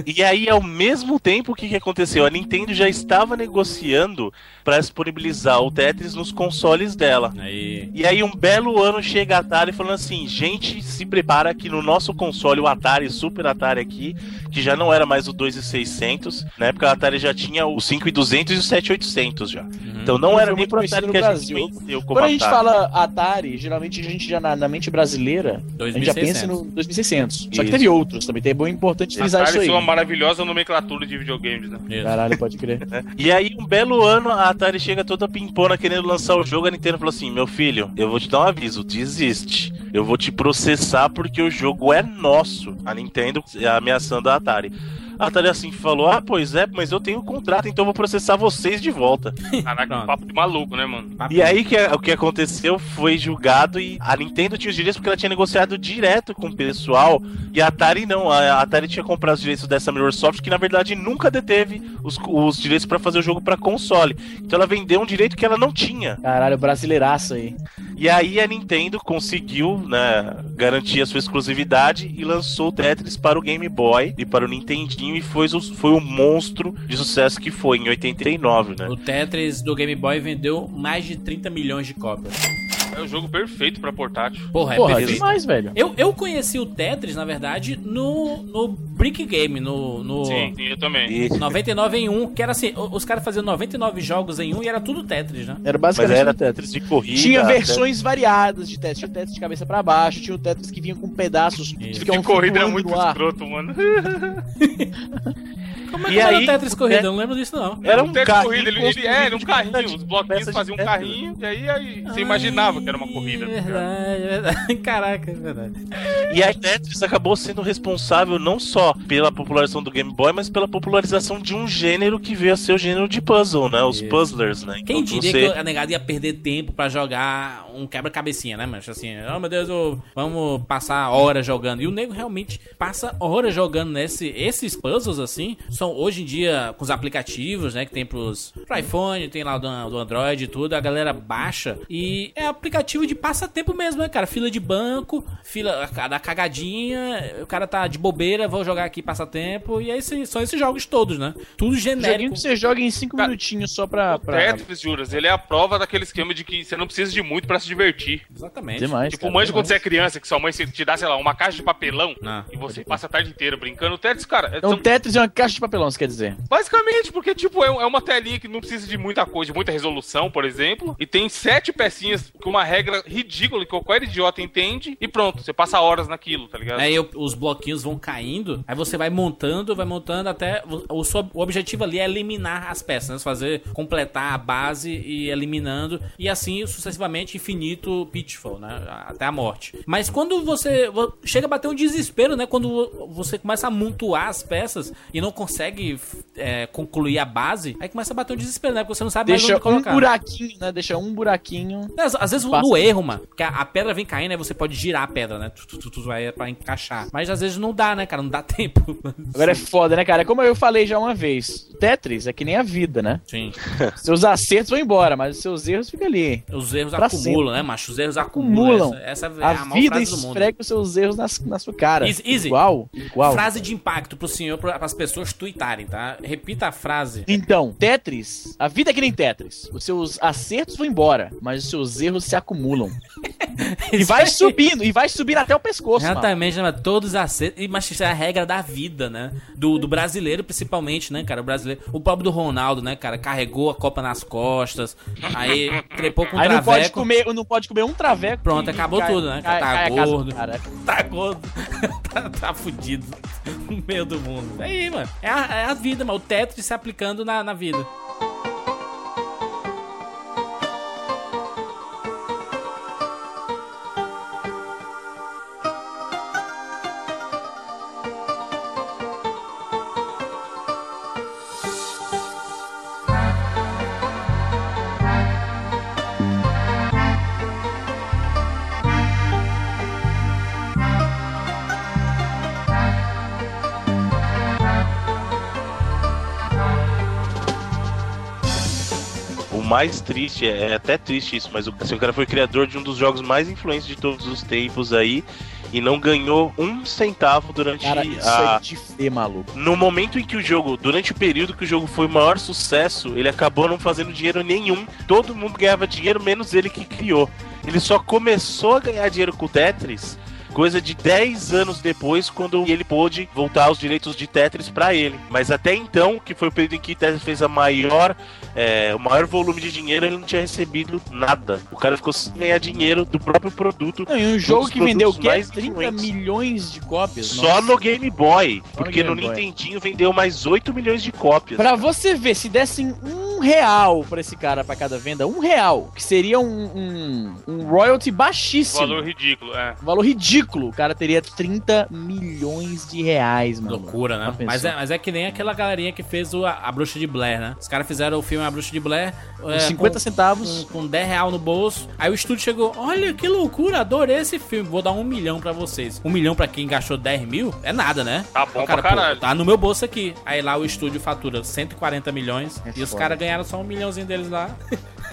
[SPEAKER 4] E aí, ao mesmo tempo, o que, que aconteceu? A Nintendo já estava negociando para disponibilizar o Tetris nos consoles dela.
[SPEAKER 1] Aí.
[SPEAKER 4] E aí, um belo ano chega a Atari falando assim: gente, se prepara que no nosso console, o Atari, Super Atari aqui, que já não era mais o 2600, na época a Atari já tinha o 5200 e o 7800 já. Então não
[SPEAKER 2] Foi um
[SPEAKER 4] era nem
[SPEAKER 2] muito
[SPEAKER 4] pro
[SPEAKER 2] conhecido
[SPEAKER 4] Atari
[SPEAKER 2] no
[SPEAKER 4] que a gente
[SPEAKER 2] Brasil.
[SPEAKER 4] conheceu como
[SPEAKER 2] Quando a gente
[SPEAKER 4] Atari.
[SPEAKER 2] fala Atari, geralmente a gente já na, na mente brasileira,
[SPEAKER 1] uhum,
[SPEAKER 2] a gente já pensa no 2600. Só que
[SPEAKER 4] Isso.
[SPEAKER 2] teve outros também, tem bom é importante frisar
[SPEAKER 3] Atari
[SPEAKER 2] isso aí.
[SPEAKER 3] foi uma maravilhosa nomenclatura de videogames, né?
[SPEAKER 1] Isso.
[SPEAKER 2] Caralho, pode crer.
[SPEAKER 4] E aí, um belo ano, a Atari chega toda pimpona querendo lançar o jogo. A Nintendo falou assim: Meu filho, eu vou te dar um aviso, desiste. Eu vou te processar porque o jogo é nosso. A Nintendo é, ameaçando a Atari. A Atari assim falou: Ah, pois é, mas eu tenho um contrato, então eu vou processar vocês de volta.
[SPEAKER 3] Caraca,
[SPEAKER 1] Pronto.
[SPEAKER 3] que papo de maluco, né, mano?
[SPEAKER 4] E aí, que, é, o que aconteceu foi julgado e a Nintendo tinha os direitos porque ela tinha negociado direto com o pessoal. E a Atari não. A Atari tinha comprado os direitos dessa Microsoft, que na verdade nunca deteve os, os direitos pra fazer o jogo pra console. Então ela vendeu um direito que ela não tinha.
[SPEAKER 2] Caralho, brasileiraço aí.
[SPEAKER 4] E aí a Nintendo conseguiu né, garantir a sua exclusividade e lançou o Tetris para o Game Boy e para o Nintendinho e foi, o- foi o monstro de sucesso que foi em 89, né?
[SPEAKER 1] O Tetris do Game Boy vendeu mais de 30 milhões de cópias.
[SPEAKER 3] É o jogo perfeito pra portátil.
[SPEAKER 1] Porra, é
[SPEAKER 2] Porra, é
[SPEAKER 1] perfeito.
[SPEAKER 2] demais, velho.
[SPEAKER 1] Eu, eu conheci o Tetris, na verdade, no, no Brick Game, no, no
[SPEAKER 3] Sim, sim, eu também.
[SPEAKER 4] E-
[SPEAKER 1] 99 em 1, que era assim, o- os caras faziam 99 jogos em 1 e era tudo Tetris, né?
[SPEAKER 2] Era
[SPEAKER 4] Mas
[SPEAKER 2] basicamente
[SPEAKER 4] era
[SPEAKER 2] um
[SPEAKER 4] Tetris de corrida.
[SPEAKER 2] Tinha
[SPEAKER 4] até-
[SPEAKER 2] versões variadas de Tetris. Tinha o Tetris de cabeça pra baixo, tinha o Tetris que vinha com pedaços que
[SPEAKER 1] Isso.
[SPEAKER 3] De
[SPEAKER 2] ficavam
[SPEAKER 3] corrida era
[SPEAKER 2] flutuando
[SPEAKER 3] muito
[SPEAKER 2] no é um ar.
[SPEAKER 3] escroto, mano.
[SPEAKER 1] Como é
[SPEAKER 4] E
[SPEAKER 1] que era o
[SPEAKER 4] aí-
[SPEAKER 1] Tetris Corrida?
[SPEAKER 4] Tet-
[SPEAKER 1] Eu não lembro disso, não.
[SPEAKER 4] Era um
[SPEAKER 3] Até
[SPEAKER 4] carrinho.
[SPEAKER 3] corrida, ele, ele, é, era um carrinho. Os bloquinhos
[SPEAKER 4] peças de
[SPEAKER 3] faziam um
[SPEAKER 4] Tetris.
[SPEAKER 3] carrinho e aí, aí
[SPEAKER 1] Ah,
[SPEAKER 3] você imaginava que era uma corrida.
[SPEAKER 1] É
[SPEAKER 3] tá ligado?
[SPEAKER 1] verdade, é verdade. Caraca, é verdade.
[SPEAKER 4] E aí Tetris acabou sendo responsável não só pela popularização do Game Boy, mas pela popularização de um gênero que veio a ser o gênero de puzzle, né? Os
[SPEAKER 1] Isso.
[SPEAKER 4] puzzlers, né?
[SPEAKER 1] Quem
[SPEAKER 4] Então,
[SPEAKER 1] diria que a negada ia perder tempo pra jogar um quebra-cabecinha, né, mancho? Assim, oh meu Deus, eu- vamos passar horas jogando. E o nego realmente passa horas jogando nesse. Esses puzzles, assim, são hoje em dia com os aplicativos, né? Que tem pros pro iPhone, tem lá do, do Android e tudo. A galera baixa e é aplicativo de passatempo mesmo, né, cara? Fila de banco, fila da cagadinha, o cara tá de bobeira, vou jogar aqui passatempo. E aí sim, são esses jogos todos, né? Tudo
[SPEAKER 2] Um Joguinho
[SPEAKER 1] genérico.
[SPEAKER 2] que você joga em 5
[SPEAKER 3] Cara,
[SPEAKER 2] minutinhos só pra.
[SPEAKER 3] O
[SPEAKER 2] pra...
[SPEAKER 3] Tetris, juras, ele é a prova daquele esquema de que você não precisa de muito pra se divertir.
[SPEAKER 1] É Exatamente.
[SPEAKER 2] Demais.
[SPEAKER 3] tipo,
[SPEAKER 2] cara,
[SPEAKER 3] o manja
[SPEAKER 2] demais.
[SPEAKER 3] quando você é criança, que sua mãe te dá, sei lá, uma caixa de papelão
[SPEAKER 1] Ah.
[SPEAKER 3] e você passa a tarde inteira brincando. O Tetris, cara, é
[SPEAKER 2] Então,
[SPEAKER 3] são-
[SPEAKER 2] Tetris é uma caixa de papelão, você quer dizer?
[SPEAKER 3] basicamente, porque, tipo, é um- é uma telinha que não precisa de muita coisa, de muita resolução, por exemplo. E tem sete pecinhas com uma regra ridícula que qualquer idiota entende. E pronto, você passa horas naquilo, tá ligado?
[SPEAKER 1] Aí eu- os bloquinhos vão caindo, aí você vai montando, vai montando até. O, o seu- o objetivo ali é eliminar as peças, né? fazer completar a base e eliminando, e assim sucessivamente infinito pitfall, né? Até a morte. Mas quando você vo- chega a bater um desespero, né? Quando vo- você começa a amontoar as peças e não consegue f- é, concluir a base, aí começa a bater um desespero, né? Porque você não sabe
[SPEAKER 2] Deixa
[SPEAKER 1] mais onde
[SPEAKER 2] um
[SPEAKER 1] colocar.
[SPEAKER 2] buraquinho, né? Deixa um buraquinho.
[SPEAKER 1] É, Às, às vezes
[SPEAKER 2] Passa.
[SPEAKER 1] no erro, mano, porque a, a pedra vem caindo, aí você pode girar a pedra, né? Tu, tu, tu, tu vai pra encaixar. Mas às vezes não dá, né, cara? Não dá tempo.
[SPEAKER 2] Agora é foda, né, cara? É Como eu falei já uma vez, Tetris é que nem a vida, né?
[SPEAKER 1] Sim.
[SPEAKER 2] Seus acertos vão embora, mas os seus erros ficam ali.
[SPEAKER 1] Os erros
[SPEAKER 2] Pra
[SPEAKER 1] acumulam, né, macho? Os erros acumulam.
[SPEAKER 2] Acumulam.
[SPEAKER 1] Essa, essa é a,
[SPEAKER 2] A
[SPEAKER 1] maior
[SPEAKER 2] vida
[SPEAKER 1] frase do mundo.
[SPEAKER 2] esfrega os seus erros nas- na sua cara.
[SPEAKER 1] Easy, easy.
[SPEAKER 2] Igual, igual.
[SPEAKER 1] Frase de impacto pro senhor, pra, pras pessoas tuitarem, tá? Repita a frase.
[SPEAKER 2] Então, Tetris, a vida é que nem Tetris. Os seus acertos vão embora, mas os seus erros se acumulam. E vai subindo, e vai subindo até o pescoço, mano.
[SPEAKER 1] Exatamente, né, mano? Todos acertam. E, Mas isso é a regra da vida, né? Do, do brasileiro, principalmente, né, cara? O brasileiro. O pobre do Ronaldo, né, cara? Carregou a Copa nas costas. Aí trepou com o
[SPEAKER 2] Aí não pode,
[SPEAKER 1] um traveco.
[SPEAKER 2] comer, não pode comer um traveco.
[SPEAKER 1] Pronto,
[SPEAKER 2] que
[SPEAKER 1] acabou
[SPEAKER 2] cai-
[SPEAKER 1] tudo, né?
[SPEAKER 2] cai-
[SPEAKER 1] tá
[SPEAKER 2] cai a casa do
[SPEAKER 1] gordo.
[SPEAKER 2] cara.
[SPEAKER 1] Tá gordo. tá, tá fudido. No meio do mundo. É aí, mano. É a, é a vida, mano. O Tetris se aplicando na, na vida.
[SPEAKER 4] O mais triste, é é até triste isso, mas o, assim, o cara foi criador de um dos jogos mais influentes de todos os tempos aí e não ganhou um centavo durante
[SPEAKER 2] Cara, isso
[SPEAKER 4] a.
[SPEAKER 2] é de fê, maluco.
[SPEAKER 4] No momento em que o jogo, durante o período que o jogo foi o maior sucesso, ele acabou não fazendo dinheiro nenhum. Todo mundo ganhava dinheiro, menos ele que criou. Ele só começou a ganhar dinheiro com o Tetris coisa de 10 anos depois, quando ele pôde voltar os direitos de Tetris pra ele. Mas até então, que foi o período em que Tetris fez a maior, é, o maior volume de dinheiro, ele não tinha recebido nada. O cara ficou sem ganhar dinheiro do próprio produto
[SPEAKER 2] Não, e um jogo
[SPEAKER 4] dos
[SPEAKER 2] que vendeu o
[SPEAKER 4] produtos
[SPEAKER 2] quê?
[SPEAKER 4] mais
[SPEAKER 2] 30
[SPEAKER 4] influentes.
[SPEAKER 2] milhões de cópias.
[SPEAKER 4] só
[SPEAKER 2] nossa.
[SPEAKER 4] no Game Boy,
[SPEAKER 2] no
[SPEAKER 4] porque no
[SPEAKER 2] Game Boy.
[SPEAKER 4] Nintendinho vendeu mais 8 milhões de cópias.
[SPEAKER 2] Pra você ver, se dessem um real pra esse cara pra cada venda, um real, que seria um, um, um royalty baixíssimo.
[SPEAKER 3] Valor ridículo, é.
[SPEAKER 2] Um valor ridículo. O cara teria 30 milhões de reais, mano.
[SPEAKER 1] Loucura, né?
[SPEAKER 2] Já pensou?
[SPEAKER 1] Mas é, mas é que nem aquela galerinha que fez o, a, a Bruxa de Blair, né? Os caras fizeram o filme A Bruxa de Blair.
[SPEAKER 2] Com
[SPEAKER 1] é,
[SPEAKER 4] né?
[SPEAKER 2] 50
[SPEAKER 1] com,
[SPEAKER 2] centavos.
[SPEAKER 1] com 10 real no bolso. Aí o estúdio chegou, olha que loucura, adorei esse filme. Vou dar um milhão pra vocês. Um milhão pra quem gastou 10 mil é nada, né?
[SPEAKER 3] Tá bom
[SPEAKER 1] O cara,
[SPEAKER 3] pra
[SPEAKER 1] pô,
[SPEAKER 3] caralho.
[SPEAKER 1] tá no meu bolso aqui. Aí lá o estúdio fatura 140 milhões
[SPEAKER 2] É
[SPEAKER 1] e os
[SPEAKER 2] foda.
[SPEAKER 1] caras ganharam só um milhãozinho deles lá.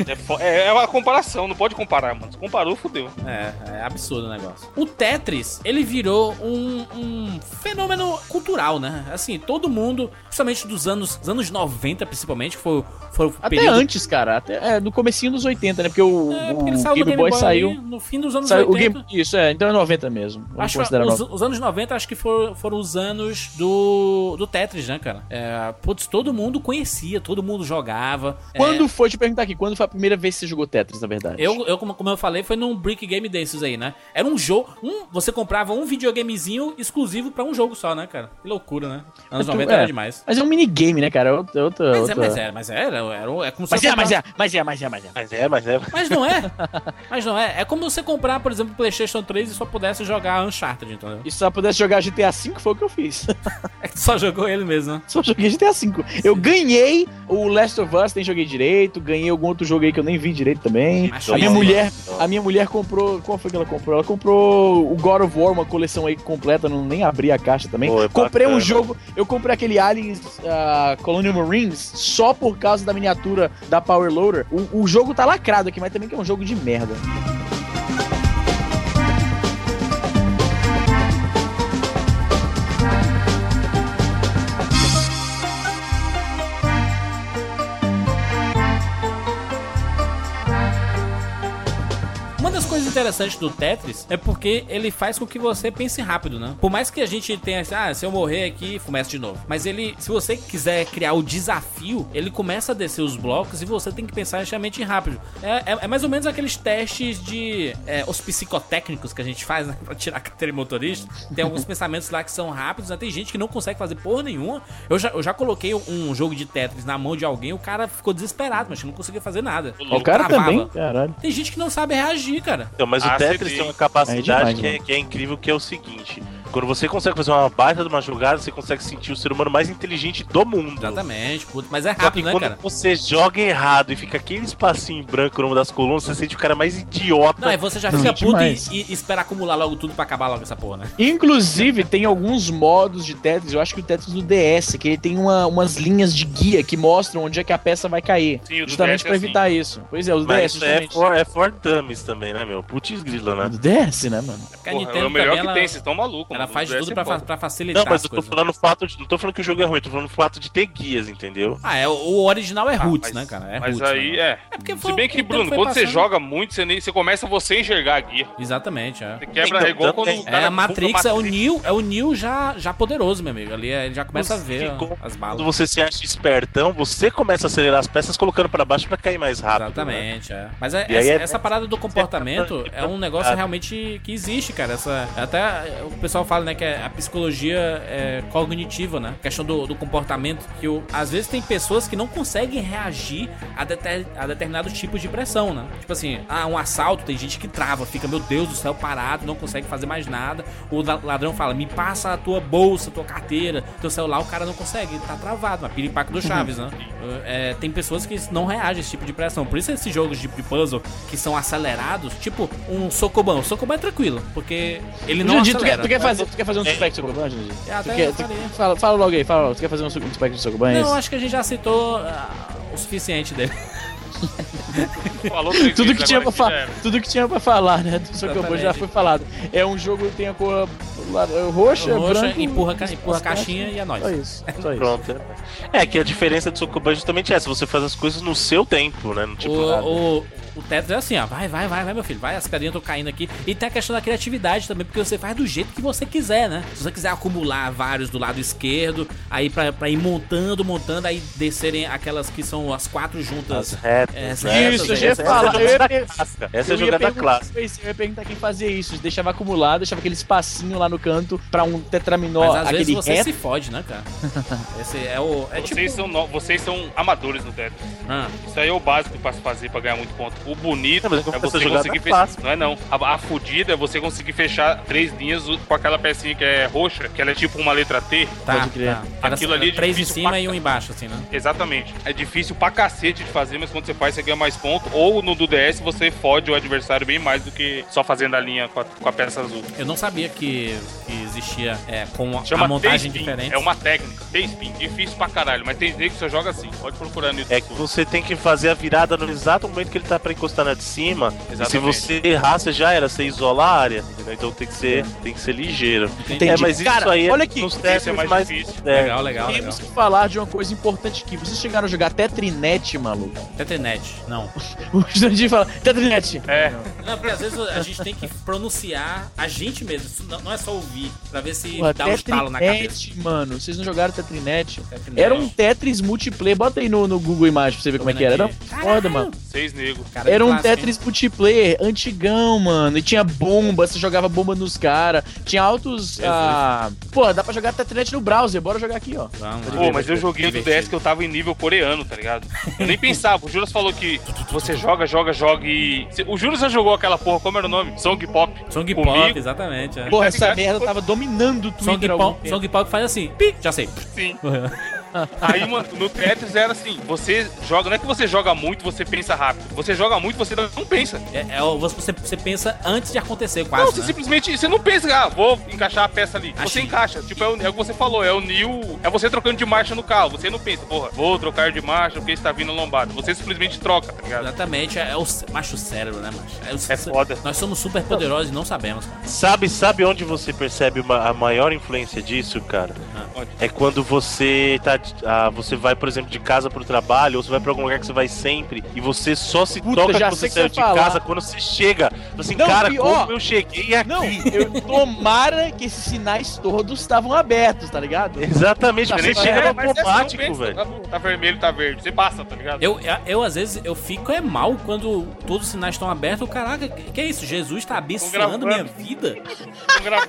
[SPEAKER 3] É fo- É, é uma comparação, não pode comparar, mano. Se comparou, fudeu.
[SPEAKER 1] É, é absurdo o negócio. O Tetris, ele virou um, um fenômeno cultural, né? Assim, todo mundo, principalmente dos anos, dos anos 90, principalmente, que foi, foi o
[SPEAKER 2] Até
[SPEAKER 1] período...
[SPEAKER 2] antes, cara. Até, é, no comecinho dos 80, né? Porque o,
[SPEAKER 1] É,
[SPEAKER 2] o
[SPEAKER 1] porque ele
[SPEAKER 2] Game,
[SPEAKER 1] saiu do
[SPEAKER 2] Boy, saiu.
[SPEAKER 1] ali no fim dos anos
[SPEAKER 2] saiu-
[SPEAKER 1] 80.
[SPEAKER 2] o Game, isso, é. Então é 90 mesmo. Vamos
[SPEAKER 1] Acho que
[SPEAKER 2] considerar
[SPEAKER 1] os,
[SPEAKER 2] 90.
[SPEAKER 1] os anos 90 acho que foram, foram os anos do, do Tetris, né, cara? É, putz, todo mundo conhecia, todo mundo jogava. É,
[SPEAKER 2] Quando foi, te perguntar aqui, quando foi a primeira vez que você jogou Tetris, na verdade?
[SPEAKER 1] eu, eu, como, como eu falei, foi num Brick Game desses aí, né? Era um jogo. Um, você comprava um videogamezinho exclusivo pra um jogo só, né, cara? Que loucura, né? Anos
[SPEAKER 2] tu-
[SPEAKER 1] 90
[SPEAKER 2] é.
[SPEAKER 1] era demais.
[SPEAKER 2] Mas é um minigame, né, cara? É outra. outra,
[SPEAKER 1] Mas é,
[SPEAKER 2] outra...
[SPEAKER 1] mas é, mas é, era, era, um- é como se
[SPEAKER 2] Mas
[SPEAKER 1] eu
[SPEAKER 2] é, mas
[SPEAKER 1] comprava-
[SPEAKER 2] é, mas é, mas é, mas é.
[SPEAKER 4] Mas é, mas é.
[SPEAKER 1] Mas não é. Mas não é. É como você comprar, por exemplo, PlayStation 3 e só pudesse jogar Uncharted, entendeu?
[SPEAKER 2] E se só pudesse jogar GTA V, foi o que eu fiz.
[SPEAKER 1] É que só jogou ele mesmo, né?
[SPEAKER 2] Só joguei GTA V. Eu ganhei o Last of Us, nem joguei direito. Ganhei algum outro jogo aí que eu nem vi direito também.
[SPEAKER 1] Acho
[SPEAKER 2] A minha
[SPEAKER 1] isso.
[SPEAKER 2] mulher, a minha mulher comprou. Qual foi que ela comprou? Ela comprou o God of War, uma coleção aí completa, não nem abri a caixa também.
[SPEAKER 4] Pô, é
[SPEAKER 2] comprei um
[SPEAKER 4] bacana.
[SPEAKER 2] jogo, eu comprei aquele Aliens ah, Colonial Marines só por causa da miniatura da Power Loader. O, o jogo tá lacrado aqui, mas também que é um jogo de merda.
[SPEAKER 1] Uma das coisas interessantes do Tetris é porque ele faz com que você pense rápido, né? Por mais que a gente tenha assim, ah, se eu morrer aqui, começa de novo. Mas ele, se você quiser criar o desafio, ele começa a descer os blocos e você tem que pensar extremamente rápido. É, é- é mais ou menos aqueles testes de. é, os psicotécnicos que a gente faz, né? Pra tirar a carteira de motorista. Tem alguns pensamentos lá que são rápidos, né? Tem gente que não consegue fazer porra nenhuma. Eu já, eu já coloquei um jogo de Tetris na mão de alguém, o cara ficou desesperado, mas não conseguia fazer nada.
[SPEAKER 2] O cara
[SPEAKER 1] Travava.
[SPEAKER 2] também, caralho.
[SPEAKER 1] Tem gente que não sabe reagir, cara.
[SPEAKER 4] Então, mas
[SPEAKER 3] Ah,
[SPEAKER 4] o Tetris
[SPEAKER 3] sim.
[SPEAKER 4] tem uma capacidade
[SPEAKER 2] É demais,
[SPEAKER 4] que, é,
[SPEAKER 2] mano.
[SPEAKER 4] que é incrível, que é o seguinte. Quando você consegue fazer uma baita de uma jogada, você consegue sentir o ser humano mais inteligente do mundo.
[SPEAKER 1] Exatamente, puto. Mas é
[SPEAKER 4] Só que
[SPEAKER 1] rápido, né,
[SPEAKER 4] quando
[SPEAKER 1] cara?
[SPEAKER 4] você joga errado e fica aquele espacinho branco numa das colunas, você sente o cara mais idiota.
[SPEAKER 1] Não, é aí você já
[SPEAKER 2] Não,
[SPEAKER 1] fica puto e,
[SPEAKER 2] demais.
[SPEAKER 1] e espera acumular logo tudo pra acabar logo essa porra, né?
[SPEAKER 2] Inclusive, tem alguns modos de Tetris, eu acho que o Tetris do DS, que ele tem uma- umas linhas de guia que mostram onde é que a peça vai cair.
[SPEAKER 3] Sim, o do
[SPEAKER 2] justamente
[SPEAKER 3] DS é
[SPEAKER 2] pra evitar isso. Pois é, o do DS,
[SPEAKER 4] Mas isso é
[SPEAKER 2] justamente.
[SPEAKER 4] for, é for dummies também, né, meu? Putz grila, né?
[SPEAKER 2] Do DS, né, mano?
[SPEAKER 1] É Porque
[SPEAKER 3] Porra, é o melhor que tem, vocês estão malucos.
[SPEAKER 1] ela
[SPEAKER 3] mano.
[SPEAKER 1] faz
[SPEAKER 3] O DS
[SPEAKER 1] tudo
[SPEAKER 3] é
[SPEAKER 1] pra, fa-
[SPEAKER 3] foda.
[SPEAKER 1] pra facilitar
[SPEAKER 4] Não, mas
[SPEAKER 1] as
[SPEAKER 4] eu tô
[SPEAKER 1] coisas.
[SPEAKER 4] falando o fato de. Não tô falando que o jogo é ruim, tô falando o fato de ter guias, entendeu?
[SPEAKER 1] Ah, é, o- o original é Roots,
[SPEAKER 3] mas-
[SPEAKER 1] né, cara? É
[SPEAKER 3] Mas
[SPEAKER 1] Roots,
[SPEAKER 3] aí,
[SPEAKER 1] né?
[SPEAKER 3] é.
[SPEAKER 1] É porque foi
[SPEAKER 3] Se bem
[SPEAKER 1] o
[SPEAKER 3] que,
[SPEAKER 1] tempo
[SPEAKER 3] Bruno,
[SPEAKER 1] foi
[SPEAKER 3] quando você
[SPEAKER 1] passando.
[SPEAKER 3] joga muito, você, nem, você começa você a enxergar a guia.
[SPEAKER 1] Exatamente, é.
[SPEAKER 3] Você quebra
[SPEAKER 4] Então,
[SPEAKER 3] é igual
[SPEAKER 4] tanto
[SPEAKER 3] quando
[SPEAKER 4] é-
[SPEAKER 3] o
[SPEAKER 1] É,
[SPEAKER 3] cara
[SPEAKER 1] a Matrix é o Neo, é o Neo já, já poderoso, meu amigo. Ali é, ele já começa a ver
[SPEAKER 4] Ficou-
[SPEAKER 1] ó, as
[SPEAKER 4] Quando
[SPEAKER 1] balas.
[SPEAKER 4] você se acha espertão, você começa a acelerar as peças colocando pra baixo pra cair mais rápido. né?
[SPEAKER 1] Exatamente, é. Mas é-
[SPEAKER 4] E
[SPEAKER 1] essa,
[SPEAKER 4] aí é-
[SPEAKER 1] essa parada do comportamento é um negócio realmente que existe, cara. Essa, até o pessoal fala, né, que é a psicologia é, cognitiva, né? A questão do, do comportamento. Que o- às vezes tem pessoas que não conseguem reagir a, deter, a determinados tipos de pressão, né? Tipo assim, ah, um assalto, tem gente que trava, fica, meu Deus do céu, parado, não consegue fazer mais nada. O la- ladrão fala, me passa a tua bolsa, tua carteira, teu celular, o cara não consegue, ele tá travado, na piripaca do Chaves, né?
[SPEAKER 2] Uhum.
[SPEAKER 1] É, tem pessoas que não reagem a esse tipo de pressão. Por isso esses jogos de puzzle que são acelerados, tipo um Sokoban. O Sokoban é tranquilo, porque ele não
[SPEAKER 2] Jundi, tu quer,
[SPEAKER 1] acelera.
[SPEAKER 2] tu, quer fazer, tu quer fazer um Spec de Sokoban, Jundi?
[SPEAKER 1] É, até
[SPEAKER 2] Tu quer-
[SPEAKER 1] eu
[SPEAKER 2] tu-
[SPEAKER 1] faria.
[SPEAKER 2] fala, fala logo aí, fala logo. Tu quer fazer um Spec de Sokoban?
[SPEAKER 1] Não,
[SPEAKER 2] é isso?
[SPEAKER 1] acho que a gente já citou ah, o suficiente dele.
[SPEAKER 3] Falou três
[SPEAKER 2] Tudo
[SPEAKER 3] vezes
[SPEAKER 2] que, tinha pra
[SPEAKER 3] agora
[SPEAKER 2] fa-
[SPEAKER 3] aqui, né?
[SPEAKER 2] tudo que tinha pra falar, né? Do Sokoban já
[SPEAKER 1] Exatamente.
[SPEAKER 2] foi falado. É um jogo que tem a cor la- roxa,
[SPEAKER 1] Roxa,
[SPEAKER 2] é branco,
[SPEAKER 1] empurra, ca- empurra a caixinha e é nóis.
[SPEAKER 2] Só isso, só isso.
[SPEAKER 4] Pronto. É. é que a diferença do Sokoban é justamente essa, você faz as coisas no seu tempo, né? No tipo, nada.
[SPEAKER 1] o, o, o Tetris é assim, ó. Vai, vai, vai, vai, meu filho. Vai, as pedrinhas estão caindo aqui. E tem a questão da criatividade também, porque você faz do jeito que você quiser, né? Se você quiser acumular vários do lado esquerdo, aí pra, pra ir montando, montando, aí descerem aquelas que são as quatro juntas.
[SPEAKER 4] As retas.
[SPEAKER 1] Essa-
[SPEAKER 4] né?
[SPEAKER 1] Isso, eu
[SPEAKER 4] Essa-
[SPEAKER 1] ia
[SPEAKER 4] essa é a
[SPEAKER 2] falar,
[SPEAKER 4] jogada
[SPEAKER 2] eu ia per-
[SPEAKER 4] clássica. Essa é a
[SPEAKER 2] eu ia
[SPEAKER 4] jogada
[SPEAKER 2] perguntar-
[SPEAKER 4] clássica.
[SPEAKER 2] Eu ia perguntar quem fazia isso. Deixava acumular, deixava aquele espacinho lá no canto pra um tetraminó,
[SPEAKER 1] Mas às vezes
[SPEAKER 2] aquele
[SPEAKER 1] você
[SPEAKER 2] reto.
[SPEAKER 1] se fode, né, cara? Esse é o. É tipo.
[SPEAKER 3] Vocês são, no- vocês são amadores no Tetris.
[SPEAKER 1] Ah,
[SPEAKER 3] Isso aí é o básico pra se fazer pra ganhar muito ponto. O bonito
[SPEAKER 4] Não, mas é que
[SPEAKER 3] é
[SPEAKER 4] essa
[SPEAKER 3] você
[SPEAKER 4] jogada
[SPEAKER 3] conseguir
[SPEAKER 4] é
[SPEAKER 3] fechar.
[SPEAKER 4] fácil.
[SPEAKER 3] Não é não. A, a fudida é você conseguir fechar três linhas com aquela pecinha que é roxa, que ela é tipo uma letra T.
[SPEAKER 1] Tá,
[SPEAKER 2] Pode crer.
[SPEAKER 1] tá. Era
[SPEAKER 3] Aquilo ali é
[SPEAKER 1] três em
[SPEAKER 3] difícil
[SPEAKER 1] cima
[SPEAKER 3] pra-
[SPEAKER 1] e um embaixo, assim, né?
[SPEAKER 3] Exatamente. É difícil pra cacete de fazer, mas quando você faz, você ganha mais ponto. Ou no do DS você fode o adversário bem mais do que só fazendo a linha com a, com a peça azul.
[SPEAKER 1] Eu não sabia que, que existia é, com a-
[SPEAKER 3] Chama
[SPEAKER 1] a montagem
[SPEAKER 3] T-spin.
[SPEAKER 1] diferente.
[SPEAKER 3] É uma técnica. T-spin. Difícil pra caralho, mas tem nego que só joga assim. Pode procurar no
[SPEAKER 4] É que
[SPEAKER 3] YouTube.
[SPEAKER 4] você tem que fazer a virada no exato momento que ele tá pra encostar na de cima. E se
[SPEAKER 3] Exatamente.
[SPEAKER 4] você errar, você já era, você isola a área. entendeu? Então tem que ser, tem que ser ligeiro.
[SPEAKER 1] Entendi.
[SPEAKER 4] É, mas isso
[SPEAKER 2] Cara,
[SPEAKER 4] aí
[SPEAKER 2] olha aqui,
[SPEAKER 4] nos
[SPEAKER 3] isso é
[SPEAKER 4] testes
[SPEAKER 3] mais
[SPEAKER 4] mais.
[SPEAKER 3] difícil.
[SPEAKER 4] É,
[SPEAKER 1] Legal, legal, legal.
[SPEAKER 2] Temos que falar de uma coisa importante aqui. Vocês chegaram a jogar Tetrinet, maluco?
[SPEAKER 1] Tetranet, não.
[SPEAKER 2] O Jandir fala, Tetrinet.
[SPEAKER 3] É.
[SPEAKER 1] Não, porque às vezes a gente tem que pronunciar a gente mesmo, isso não, não é só ouvir, pra ver se
[SPEAKER 2] Porra,
[SPEAKER 1] dá um estalo na cabeça.
[SPEAKER 2] Tetrinet, mano. Vocês não jogaram Tetrinet?
[SPEAKER 1] Tetranet.
[SPEAKER 2] Era um Tetris multiplayer. Bota aí no, no Google Imagens pra você ver como é que era. Era
[SPEAKER 1] Caralho!
[SPEAKER 2] foda, mano.
[SPEAKER 3] Seis nego.
[SPEAKER 1] Cara,
[SPEAKER 2] Era um
[SPEAKER 1] clássico, hein?
[SPEAKER 2] Tetris multiplayer antigão, mano. E tinha bomba, você jogava bomba nos caras. Tinha altos. Ah... Pô, dá pra jogar Tetrinet no browser. Bora jogar aqui, ó.
[SPEAKER 4] é
[SPEAKER 1] Vamos lá.
[SPEAKER 3] Pô, mas eu joguei do DS que eu tava em nível coreano, tá ligado? Eu nem pensava. O Juras falou que você joga, joga, joga e. O Juras já jogou aquela porra, como era o nome? Song Pop.
[SPEAKER 1] Song
[SPEAKER 3] Comigo?
[SPEAKER 1] Pop, exatamente. É.
[SPEAKER 2] Porra, essa merda tava dominando o
[SPEAKER 1] Song,
[SPEAKER 2] Twitter. há algum
[SPEAKER 1] pop,
[SPEAKER 2] tempo.
[SPEAKER 1] Song Pop faz assim, pi, já sei.
[SPEAKER 3] Sim. Aí, mano, no Tetris era assim: você joga, não é que você joga muito, você pensa rápido. Você joga muito, você não pensa.
[SPEAKER 1] É, é o- você, você pensa antes de acontecer,
[SPEAKER 3] Não,
[SPEAKER 1] quase.
[SPEAKER 3] você
[SPEAKER 1] né?
[SPEAKER 3] simplesmente você não pensa, ah, vou encaixar a peça ali. Você
[SPEAKER 1] Achei.
[SPEAKER 3] encaixa. Tipo, é o, é o que você falou, é o Neo. É você trocando de marcha no carro. Você não pensa, porra, vou trocar de marcha porque está vindo lombado. Você simplesmente troca, tá ligado?
[SPEAKER 1] Exatamente, é o c- macho cérebro, né, macho? É, o-
[SPEAKER 4] É foda.
[SPEAKER 1] Nós somos super poderosos e não sabemos, cara.
[SPEAKER 4] Sabe, sabe onde você percebe uma- a maior influência disso, cara?
[SPEAKER 3] Onde?
[SPEAKER 4] É quando você tá. ah, você vai, por exemplo, de casa pro trabalho, ou você vai pra algum lugar que você vai sempre, e você só se
[SPEAKER 2] Puta,
[SPEAKER 4] toca
[SPEAKER 2] já
[SPEAKER 4] quando
[SPEAKER 2] sei
[SPEAKER 4] você
[SPEAKER 2] que
[SPEAKER 4] saiu
[SPEAKER 2] você
[SPEAKER 4] de
[SPEAKER 2] vai falar.
[SPEAKER 4] casa, quando você chega. Fala Assim,
[SPEAKER 2] Não,
[SPEAKER 4] cara,
[SPEAKER 2] pior.
[SPEAKER 4] como eu cheguei aqui.
[SPEAKER 2] Não, eu, tomara que esses sinais todos estavam abertos, tá ligado?
[SPEAKER 4] Exatamente,
[SPEAKER 2] Tá
[SPEAKER 4] porque nem
[SPEAKER 2] certo.
[SPEAKER 4] chega
[SPEAKER 2] É,
[SPEAKER 4] no
[SPEAKER 3] mas essa não
[SPEAKER 4] automático,
[SPEAKER 3] pensa,
[SPEAKER 4] velho.
[SPEAKER 3] Tá, bom, tá vermelho, tá verde. Você passa, tá ligado?
[SPEAKER 1] Eu, eu, eu, às vezes, eu fico é mal quando todos os sinais estão abertos. Eu, Caraca, que que é isso? Jesus tá abençoando
[SPEAKER 3] gravando.
[SPEAKER 1] minha vida?
[SPEAKER 3] Não gravo.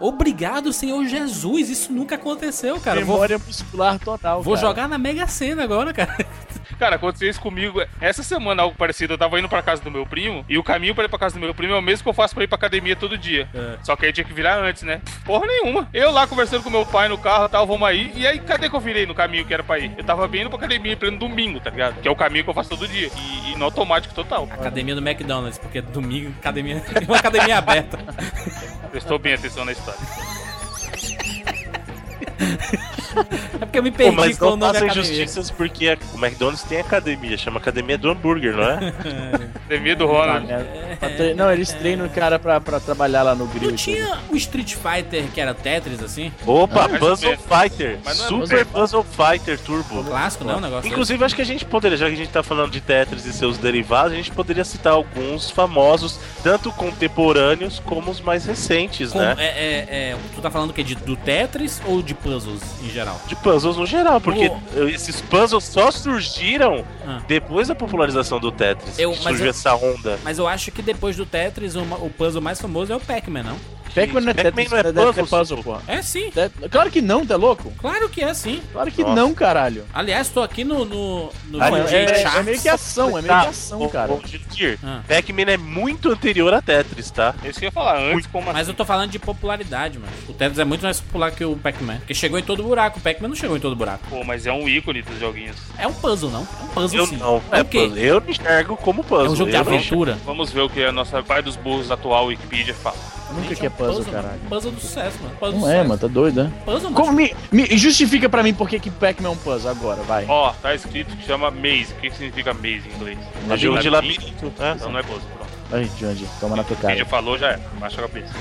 [SPEAKER 1] Obrigado, Senhor Jesus. Isso nunca aconteceu, cara. Eu Vou,
[SPEAKER 2] Memória muscular total.
[SPEAKER 1] vou
[SPEAKER 2] cara.
[SPEAKER 1] jogar na Mega Sena agora, cara.
[SPEAKER 3] Cara, aconteceu isso comigo. Essa semana, algo parecido. Eu tava indo pra casa do meu primo. E o caminho pra ir pra casa do meu primo é o mesmo que eu faço pra ir pra academia todo dia.
[SPEAKER 1] É.
[SPEAKER 3] Só que aí tinha que virar antes, né? Porra nenhuma. Eu lá conversando com meu pai no carro e tal, vamos aí. E aí, cadê que eu virei no caminho que era pra ir? Eu tava bem indo pra academia em pleno domingo, tá ligado? Que é o caminho que eu faço todo dia. E, e no automático total.
[SPEAKER 1] Academia do McDonald's, porque domingo academia, uma academia aberta.
[SPEAKER 3] Prestou bem atenção na história.
[SPEAKER 1] É porque eu me
[SPEAKER 4] Pô,
[SPEAKER 1] perdi
[SPEAKER 4] mas
[SPEAKER 1] com o
[SPEAKER 4] não
[SPEAKER 1] nome da
[SPEAKER 4] façam
[SPEAKER 1] academia.
[SPEAKER 4] injustiças porque a- o McDonald's tem academia, chama Academia do Hambúrguer, não é?
[SPEAKER 3] Academia do Ronald.
[SPEAKER 2] É, pra tre- Não, eles treinam o cara pra, pra trabalhar lá no grill.
[SPEAKER 1] Não tinha o Street Fighter que era Tetris, assim?
[SPEAKER 4] Opa,
[SPEAKER 3] mais ou
[SPEAKER 4] Puzzle
[SPEAKER 3] menos.
[SPEAKER 4] Fighter!
[SPEAKER 3] Mas não é
[SPEAKER 4] Super Puzzle Fighter Turbo.
[SPEAKER 1] Clássico, né? O negócio.
[SPEAKER 4] Inclusive, acho que a gente poderia, já que a gente tá falando de Tetris e seus derivados, a gente poderia citar alguns famosos, tanto contemporâneos como os mais recentes,
[SPEAKER 1] Com-
[SPEAKER 4] né?
[SPEAKER 1] é, é- é, tu tá falando o quê? De, do Tetris ou de puzzles em geral?
[SPEAKER 4] De puzzles no geral, porque
[SPEAKER 1] Pô.
[SPEAKER 4] esses puzzles só surgiram
[SPEAKER 1] Ah.
[SPEAKER 4] depois da popularização do Tetris.
[SPEAKER 1] Eu-
[SPEAKER 4] que
[SPEAKER 1] mas
[SPEAKER 4] surgiu
[SPEAKER 1] eu-
[SPEAKER 4] essa onda.
[SPEAKER 1] Mas eu acho que depois do Tetris, o, ma- o puzzle mais famoso é o Pac-Man, não?
[SPEAKER 2] Pac-Man não é
[SPEAKER 4] Pac-Man
[SPEAKER 2] Tetris,
[SPEAKER 4] não é
[SPEAKER 2] deve ser
[SPEAKER 4] puzzle,
[SPEAKER 2] puzzle, porra.
[SPEAKER 1] É sim.
[SPEAKER 2] Te- Claro que não, tá louco?
[SPEAKER 1] Claro que é sim.
[SPEAKER 2] Claro que
[SPEAKER 4] Nossa.
[SPEAKER 2] não, caralho.
[SPEAKER 1] Aliás, tô aqui no. no, no
[SPEAKER 4] Ah,
[SPEAKER 2] Não, é,
[SPEAKER 1] Junk
[SPEAKER 2] é-
[SPEAKER 1] Charts.
[SPEAKER 2] é meio que ação,
[SPEAKER 4] Tá,
[SPEAKER 2] é meio que ação,
[SPEAKER 1] Tá,
[SPEAKER 4] Ô,
[SPEAKER 2] cara.
[SPEAKER 4] ô, Jurandir,
[SPEAKER 1] Ah.
[SPEAKER 4] Pac-Man é muito anterior a Tetris, tá?
[SPEAKER 3] É Isso que eu ia falar antes, como
[SPEAKER 1] Mas eu tô falando de popularidade, mano. O Tetris é muito mais popular que o Pac-Man. Porque chegou em todo buraco. O Pac-Man não chegou em todo buraco.
[SPEAKER 3] Pô, mas é um ícone dos joguinhos.
[SPEAKER 1] É um puzzle, não? É um puzzle
[SPEAKER 4] Eu
[SPEAKER 1] sim.
[SPEAKER 4] não.
[SPEAKER 1] É
[SPEAKER 4] É
[SPEAKER 1] o quê?
[SPEAKER 4] puzzle. Eu me enxergo como puzzle.
[SPEAKER 1] É um jogo de
[SPEAKER 4] eu não-
[SPEAKER 1] aventura.
[SPEAKER 3] Vamos ver o que a nossa pai dos burros atual Wikipedia fala.
[SPEAKER 2] Nunca
[SPEAKER 1] Gente,
[SPEAKER 2] que é puzzle,
[SPEAKER 1] mano.
[SPEAKER 2] caralho.
[SPEAKER 1] Puzzle do sucesso, mano. assim? Puzzle do
[SPEAKER 2] Não é,
[SPEAKER 1] sucesso.
[SPEAKER 2] mano, tá doido, né?
[SPEAKER 1] Puzzle, mano.
[SPEAKER 2] Como me, me- justifica pra mim por que que Pac-Man é um puzzle agora, vai.
[SPEAKER 3] Ó, tá escrito que chama Maze. O que que significa Maze em inglês?
[SPEAKER 1] né?
[SPEAKER 4] É um jogo de labirinto. né?
[SPEAKER 3] Então não é gozo, pronto.
[SPEAKER 2] Ai, Jandy, toma na tua
[SPEAKER 3] Quem já
[SPEAKER 2] cara.
[SPEAKER 3] falou já é. Baixa a cabeça.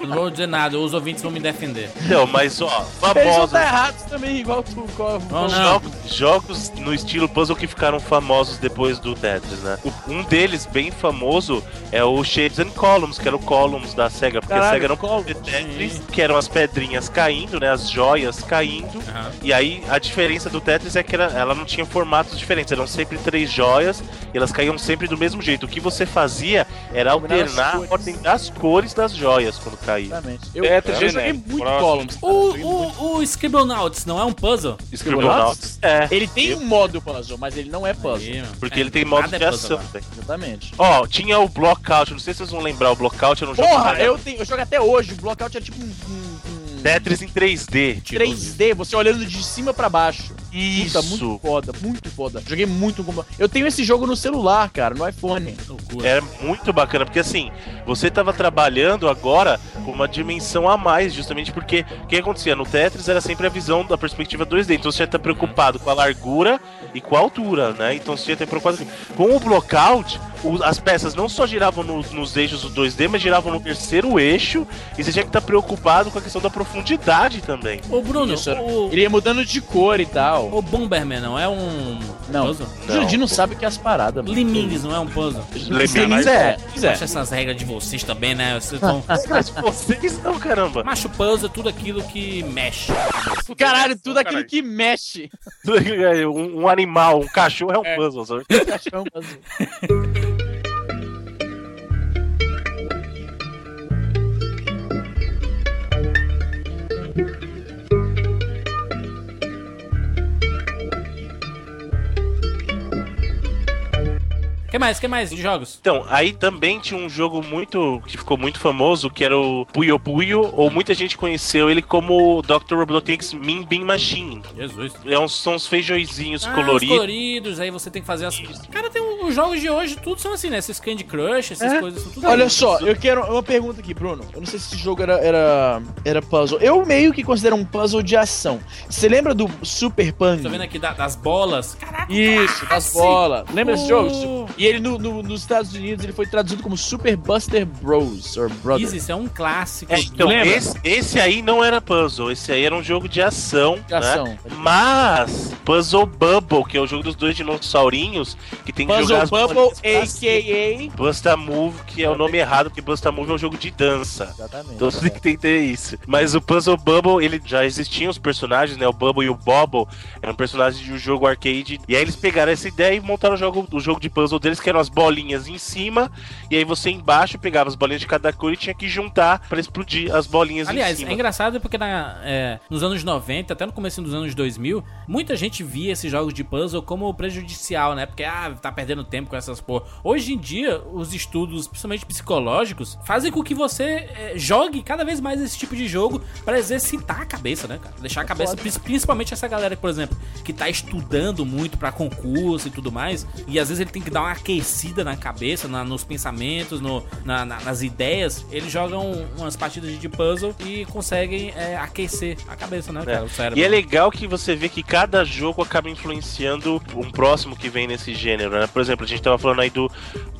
[SPEAKER 1] Eu Não vou dizer nada. Os ouvintes vão me defender.
[SPEAKER 4] Então, mas ó,
[SPEAKER 2] Eles vão
[SPEAKER 4] famosos.
[SPEAKER 2] tá errados também, igual tu. Qual,
[SPEAKER 1] Não, não.
[SPEAKER 4] Jogos, jogos no estilo puzzle que ficaram famosos depois do Tetris, né? O- Um deles, bem famoso, é o Shades and Columns, que era o Columns da SEGA, porque
[SPEAKER 2] Caralho,
[SPEAKER 4] a SEGA não podia ter Tetris, que eram as pedrinhas caindo, né? As joias caindo.
[SPEAKER 1] Aham.
[SPEAKER 4] E aí a diferença do Tetris é que era- ela não tinha formatos diferentes, eram sempre três joias e elas caíam sempre do mesmo jeito. O que você fazia era
[SPEAKER 2] Combinar as
[SPEAKER 4] alternar a
[SPEAKER 2] cores. Tá.
[SPEAKER 4] ordem das cores das joias quando caía.
[SPEAKER 2] Exatamente. Eu,
[SPEAKER 3] Tetris
[SPEAKER 2] eu joguei
[SPEAKER 3] genérico,
[SPEAKER 2] muito
[SPEAKER 3] próximo.
[SPEAKER 2] Columns.
[SPEAKER 1] O, o, o Scribblenauts não é um puzzle?
[SPEAKER 4] Scribblenauts. É, É.
[SPEAKER 2] Ele tem um modo puzzle, mas ele não é puzzle.
[SPEAKER 1] Aí, mano.
[SPEAKER 4] Porque
[SPEAKER 1] É,
[SPEAKER 4] ele tem modo
[SPEAKER 1] nada é
[SPEAKER 4] de
[SPEAKER 1] puzzle
[SPEAKER 4] ação, né?
[SPEAKER 1] agora.
[SPEAKER 4] velho.
[SPEAKER 2] Exatamente.
[SPEAKER 4] Ó, tinha o Blockout, não sei se vocês vão lembrar, o Blockout era um jogo.
[SPEAKER 2] Porra,
[SPEAKER 4] que-
[SPEAKER 2] eu, tenho, eu jogo até hoje. O Blockout era tipo um, um, um
[SPEAKER 4] Tetris em 3D.
[SPEAKER 2] 3D, você olhando de cima pra baixo.
[SPEAKER 4] Isso.
[SPEAKER 2] muito foda, muito foda. Joguei muito com. Eu tenho esse jogo no celular, cara, no iPhone.
[SPEAKER 1] Loucura.
[SPEAKER 4] Era muito bacana, porque assim, você tava trabalhando agora com uma dimensão a mais, justamente porque o que acontecia no Tetris era sempre a visão da perspectiva 2D, então você ia estar preocupado com a largura e com a altura, né? Então você ia estar preocupado assim. Com o Blockout, o- as peças não só giravam no- nos eixos do 2D, mas giravam no terceiro eixo, e você tinha que estar preocupado com a questão da profundidade também.
[SPEAKER 1] Ô, Bruno,
[SPEAKER 2] Isso era-
[SPEAKER 1] o,
[SPEAKER 2] Ele ia mudando de cor e tal.
[SPEAKER 1] o Bomberman não é um
[SPEAKER 2] Não.
[SPEAKER 1] puzzle?
[SPEAKER 2] o Jurandir não
[SPEAKER 4] pô.
[SPEAKER 2] sabe o que é as paradas, mano.
[SPEAKER 1] Limingues não é um puzzle?
[SPEAKER 4] Lembrava-
[SPEAKER 2] Limingues é. Limingues é.
[SPEAKER 1] Acho essas regras de vocês também, né? Vocês estão...
[SPEAKER 4] Mas vocês não, caramba.
[SPEAKER 1] Macho puzzle é tudo aquilo que mexe.
[SPEAKER 2] Caralho, tudo aquilo
[SPEAKER 3] Caralho.
[SPEAKER 2] que mexe.
[SPEAKER 4] Um, um animal, um cachorro é um puzzle, sabe?
[SPEAKER 2] Cachorro azul.
[SPEAKER 1] O que mais? O que mais de jogos?
[SPEAKER 4] Então, aí também tinha um jogo muito que ficou muito famoso, que era o Puyo Puyo, ou muita gente conheceu ele como Dr. Robotnik's Min Bin Machine.
[SPEAKER 1] Jesus.
[SPEAKER 4] É uns, são uns feijõezinhos
[SPEAKER 1] Ah, os
[SPEAKER 4] coloridos.
[SPEAKER 1] coloridos, aí você tem que fazer as. Cara, tem um- os jogos de hoje, tudo são assim, né? Esses Candy Crush, essas coisas, são tudo.
[SPEAKER 2] É? Olha
[SPEAKER 1] assim.
[SPEAKER 2] só, eu quero uma pergunta aqui, Bruno. Eu não sei se esse jogo era, era, era puzzle. Eu meio que considero um puzzle de ação. Você lembra do Super Pang?
[SPEAKER 1] Tô vendo aqui da- das bolas. Caraca,
[SPEAKER 2] Isso, das
[SPEAKER 1] Clássico!
[SPEAKER 2] bolas. Lembra esse jogo?
[SPEAKER 1] Uh.
[SPEAKER 2] E ele no- no- nos Estados Unidos ele foi traduzido como Super Buster Bros. Or Brothers.
[SPEAKER 1] Easy, isso é um clássico.
[SPEAKER 4] É, então,
[SPEAKER 2] Lembra?
[SPEAKER 4] esse, esse aí não era puzzle, esse aí era um jogo de ação,
[SPEAKER 2] De
[SPEAKER 4] né?
[SPEAKER 2] ação.
[SPEAKER 4] Mas Puzzle Bubble, que é o jogo dos dois dinossaurinhos, que tem que
[SPEAKER 2] Puzzle
[SPEAKER 4] jogar as
[SPEAKER 2] Bubble,
[SPEAKER 4] bolinhas pra
[SPEAKER 2] a.k.a.
[SPEAKER 4] Busta Move, que é o nome errado, porque Busta Move é um jogo de dança.
[SPEAKER 2] Exatamente.
[SPEAKER 4] Então
[SPEAKER 1] é.
[SPEAKER 4] você tem que entender isso. Mas o Puzzle Bubble, ele já existiam os personagens, né? O Bubble e o Bobble eram personagens de um jogo arcade. E aí eles pegaram essa ideia e montaram o jogo, o jogo de puzzle deles, que eram as bolinhas em cima. E aí você embaixo pegava as bolinhas de cada cor e tinha que juntar pra explodir as bolinhas em
[SPEAKER 1] Aliás,
[SPEAKER 4] cima.
[SPEAKER 1] é engraçado porque na, é, nos anos 90, até no começo dos anos 2000, muita gente via esses jogos de puzzle como prejudicial, né? Porque, ah, tá perdendo tempo com essas porra. Hoje em dia, os estudos, principalmente psicológicos, fazem com que você é, jogue cada vez mais esse tipo de jogo pra exercitar a cabeça, né, cara? Deixar a cabeça, prin- principalmente essa galera, por exemplo, que tá estudando muito pra concurso e tudo mais, e às vezes ele tem que dar uma aquecida na cabeça, na- nos pensamentos, no- na- na- nas ideias, eles jogam umas partidas de puzzle e conseguem é, aquecer a cabeça, né, cara? O cérebro.
[SPEAKER 4] E é legal que você vê que cada jogo acaba influenciando um próximo que vem nesse gênero, né? Por exemplo, a gente tava falando aí do,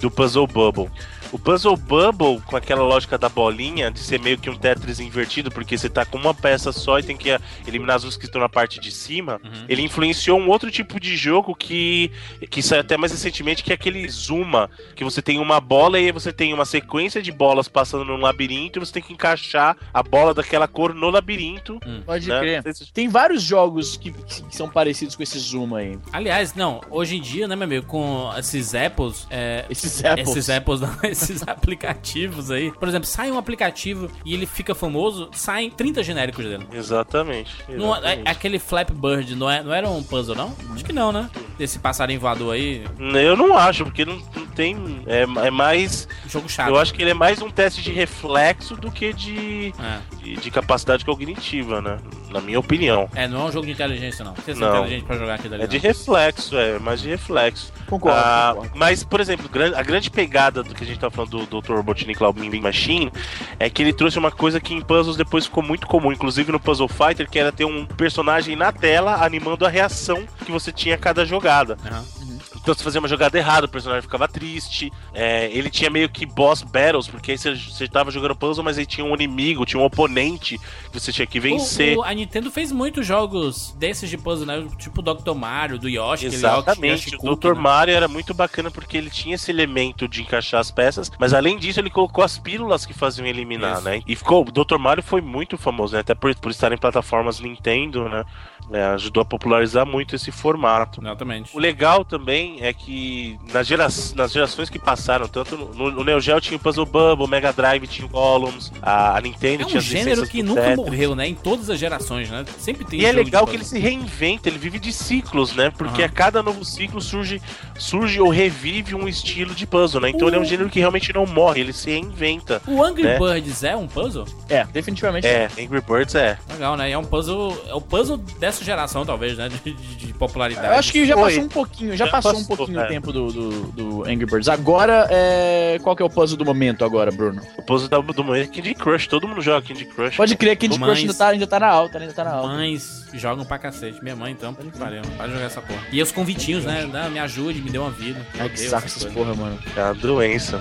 [SPEAKER 4] do Puzzle Bubble. O Puzzle Bubble, com aquela lógica da bolinha, de ser meio que um Tetris invertido, porque você tá com uma peça só e tem que ah, eliminar as duas que estão na parte de cima,
[SPEAKER 2] Uhum.
[SPEAKER 4] ele influenciou um outro tipo de jogo que, que saiu até mais recentemente, que é aquele Zuma, que você tem uma bola e aí você tem uma sequência de bolas passando num labirinto e você tem que encaixar a bola daquela cor no labirinto.
[SPEAKER 2] Pode
[SPEAKER 4] né?
[SPEAKER 2] crer.
[SPEAKER 4] Não sei se-
[SPEAKER 2] Tem vários jogos que, que são parecidos com esse Zoom aí.
[SPEAKER 1] Aliás, não, hoje em dia, né, meu amigo, com esses Apples, é,
[SPEAKER 2] Esses Apples.
[SPEAKER 1] Esses Apples, não, esses aplicativos aí. Por exemplo, sai um aplicativo e ele fica famoso, saem 30 genéricos dele.
[SPEAKER 4] Exatamente.
[SPEAKER 1] Não, é-
[SPEAKER 4] exatamente.
[SPEAKER 1] aquele Flap Bird não, é, não era um puzzle, não? Acho que não, né? Esse passarinho voador aí,
[SPEAKER 4] Eu não acho, porque não, não tem. É, é mais.
[SPEAKER 1] jogo chato.
[SPEAKER 4] Eu acho que ele é mais um teste de reflexo do que de,
[SPEAKER 1] É.
[SPEAKER 4] de, de capacidade cognitiva, né? Na minha opinião.
[SPEAKER 1] É, não é um jogo de inteligência, não. Você é
[SPEAKER 4] Não.
[SPEAKER 1] inteligente pra jogar aqui dali.
[SPEAKER 4] É de
[SPEAKER 1] não.
[SPEAKER 4] reflexo, é, é mais de reflexo.
[SPEAKER 2] Concordo,
[SPEAKER 4] Ah,
[SPEAKER 2] concordo.
[SPEAKER 4] Mas, por exemplo, gran- a grande pegada do que a gente tá falando do Dr. Robotnik lá, o Min Bin Machine, é que ele trouxe uma coisa que em puzzles depois ficou muito comum, inclusive no Puzzle Fighter, que era ter um personagem na tela animando a reação que você tinha a cada jogada.
[SPEAKER 1] Aham.
[SPEAKER 4] Então se fazia uma jogada errada, o personagem ficava triste. É, ele tinha meio que boss battles, porque aí você, você tava jogando puzzle, mas aí tinha um inimigo, tinha um oponente que você tinha que vencer.
[SPEAKER 1] O- o- a Nintendo fez muitos jogos desses de puzzle, né? Tipo o Dr. Mario, do Yoshi, aquele Yoshi
[SPEAKER 4] Exatamente, o
[SPEAKER 1] Cookie,
[SPEAKER 4] Dr.
[SPEAKER 1] né?
[SPEAKER 4] Mario era muito bacana porque ele tinha esse elemento de encaixar as peças, mas além disso ele colocou as pílulas que faziam eliminar,
[SPEAKER 1] Isso.
[SPEAKER 4] né? E ficou, o Dr. Mario foi muito famoso, né? Até por, por estar em plataformas Nintendo, né? É, ajudou a popularizar muito esse formato.
[SPEAKER 1] Exatamente.
[SPEAKER 4] O legal também é que nas, gera- nas gerações que passaram, tanto no, no Neo Geo tinha o Puzzle Bubble, o Mega Drive tinha o Columns, a, a Nintendo
[SPEAKER 1] É um
[SPEAKER 4] tinha as
[SPEAKER 1] gênero
[SPEAKER 4] licenças
[SPEAKER 1] que
[SPEAKER 4] do
[SPEAKER 1] nunca
[SPEAKER 4] Tetris.
[SPEAKER 1] morreu, né? Em todas as gerações, né? Sempre tem
[SPEAKER 4] E é
[SPEAKER 1] jogo de
[SPEAKER 4] legal que
[SPEAKER 1] puzzle.
[SPEAKER 4] ele se reinventa, ele vive de ciclos, né? Porque
[SPEAKER 1] Aham.
[SPEAKER 4] a cada novo ciclo surge, surge ou revive um estilo de puzzle, né? Então ele é um
[SPEAKER 1] Uhum.
[SPEAKER 4] gênero que realmente não morre, ele se reinventa.
[SPEAKER 1] O Angry
[SPEAKER 4] né?
[SPEAKER 1] Birds é um puzzle?
[SPEAKER 2] É, definitivamente.
[SPEAKER 4] É, Angry Birds é.
[SPEAKER 1] Legal, né? É um puzzle. É o puzzle dessa geração, talvez, né? De, de- de popularidade.
[SPEAKER 2] Eu acho que já
[SPEAKER 4] Foi.
[SPEAKER 2] passou um pouquinho, já,
[SPEAKER 4] Já
[SPEAKER 2] passou, um
[SPEAKER 4] passou,
[SPEAKER 2] pouquinho
[SPEAKER 4] é.
[SPEAKER 2] o tempo do, do, do Angry Birds. Agora, é... qual que é o puzzle do momento agora, Bruno?
[SPEAKER 4] O puzzle da- do momento é Candy Crush, todo mundo joga Candy Crush.
[SPEAKER 2] Pode crer que Candy
[SPEAKER 1] Mas-
[SPEAKER 2] Crush ainda tá, ainda tá na alta, ainda tá na alta.
[SPEAKER 1] Mães jogam pra cacete. Minha mãe, então, puta que pariu. Para jogar essa porra. E os convitinhos, né? Não, me ajude, me dê uma vida.
[SPEAKER 2] Ai,
[SPEAKER 1] Meu
[SPEAKER 2] que
[SPEAKER 1] Deus,
[SPEAKER 2] saco
[SPEAKER 1] essas
[SPEAKER 2] essas
[SPEAKER 1] coisas.
[SPEAKER 2] porra, mano.
[SPEAKER 4] É uma doença.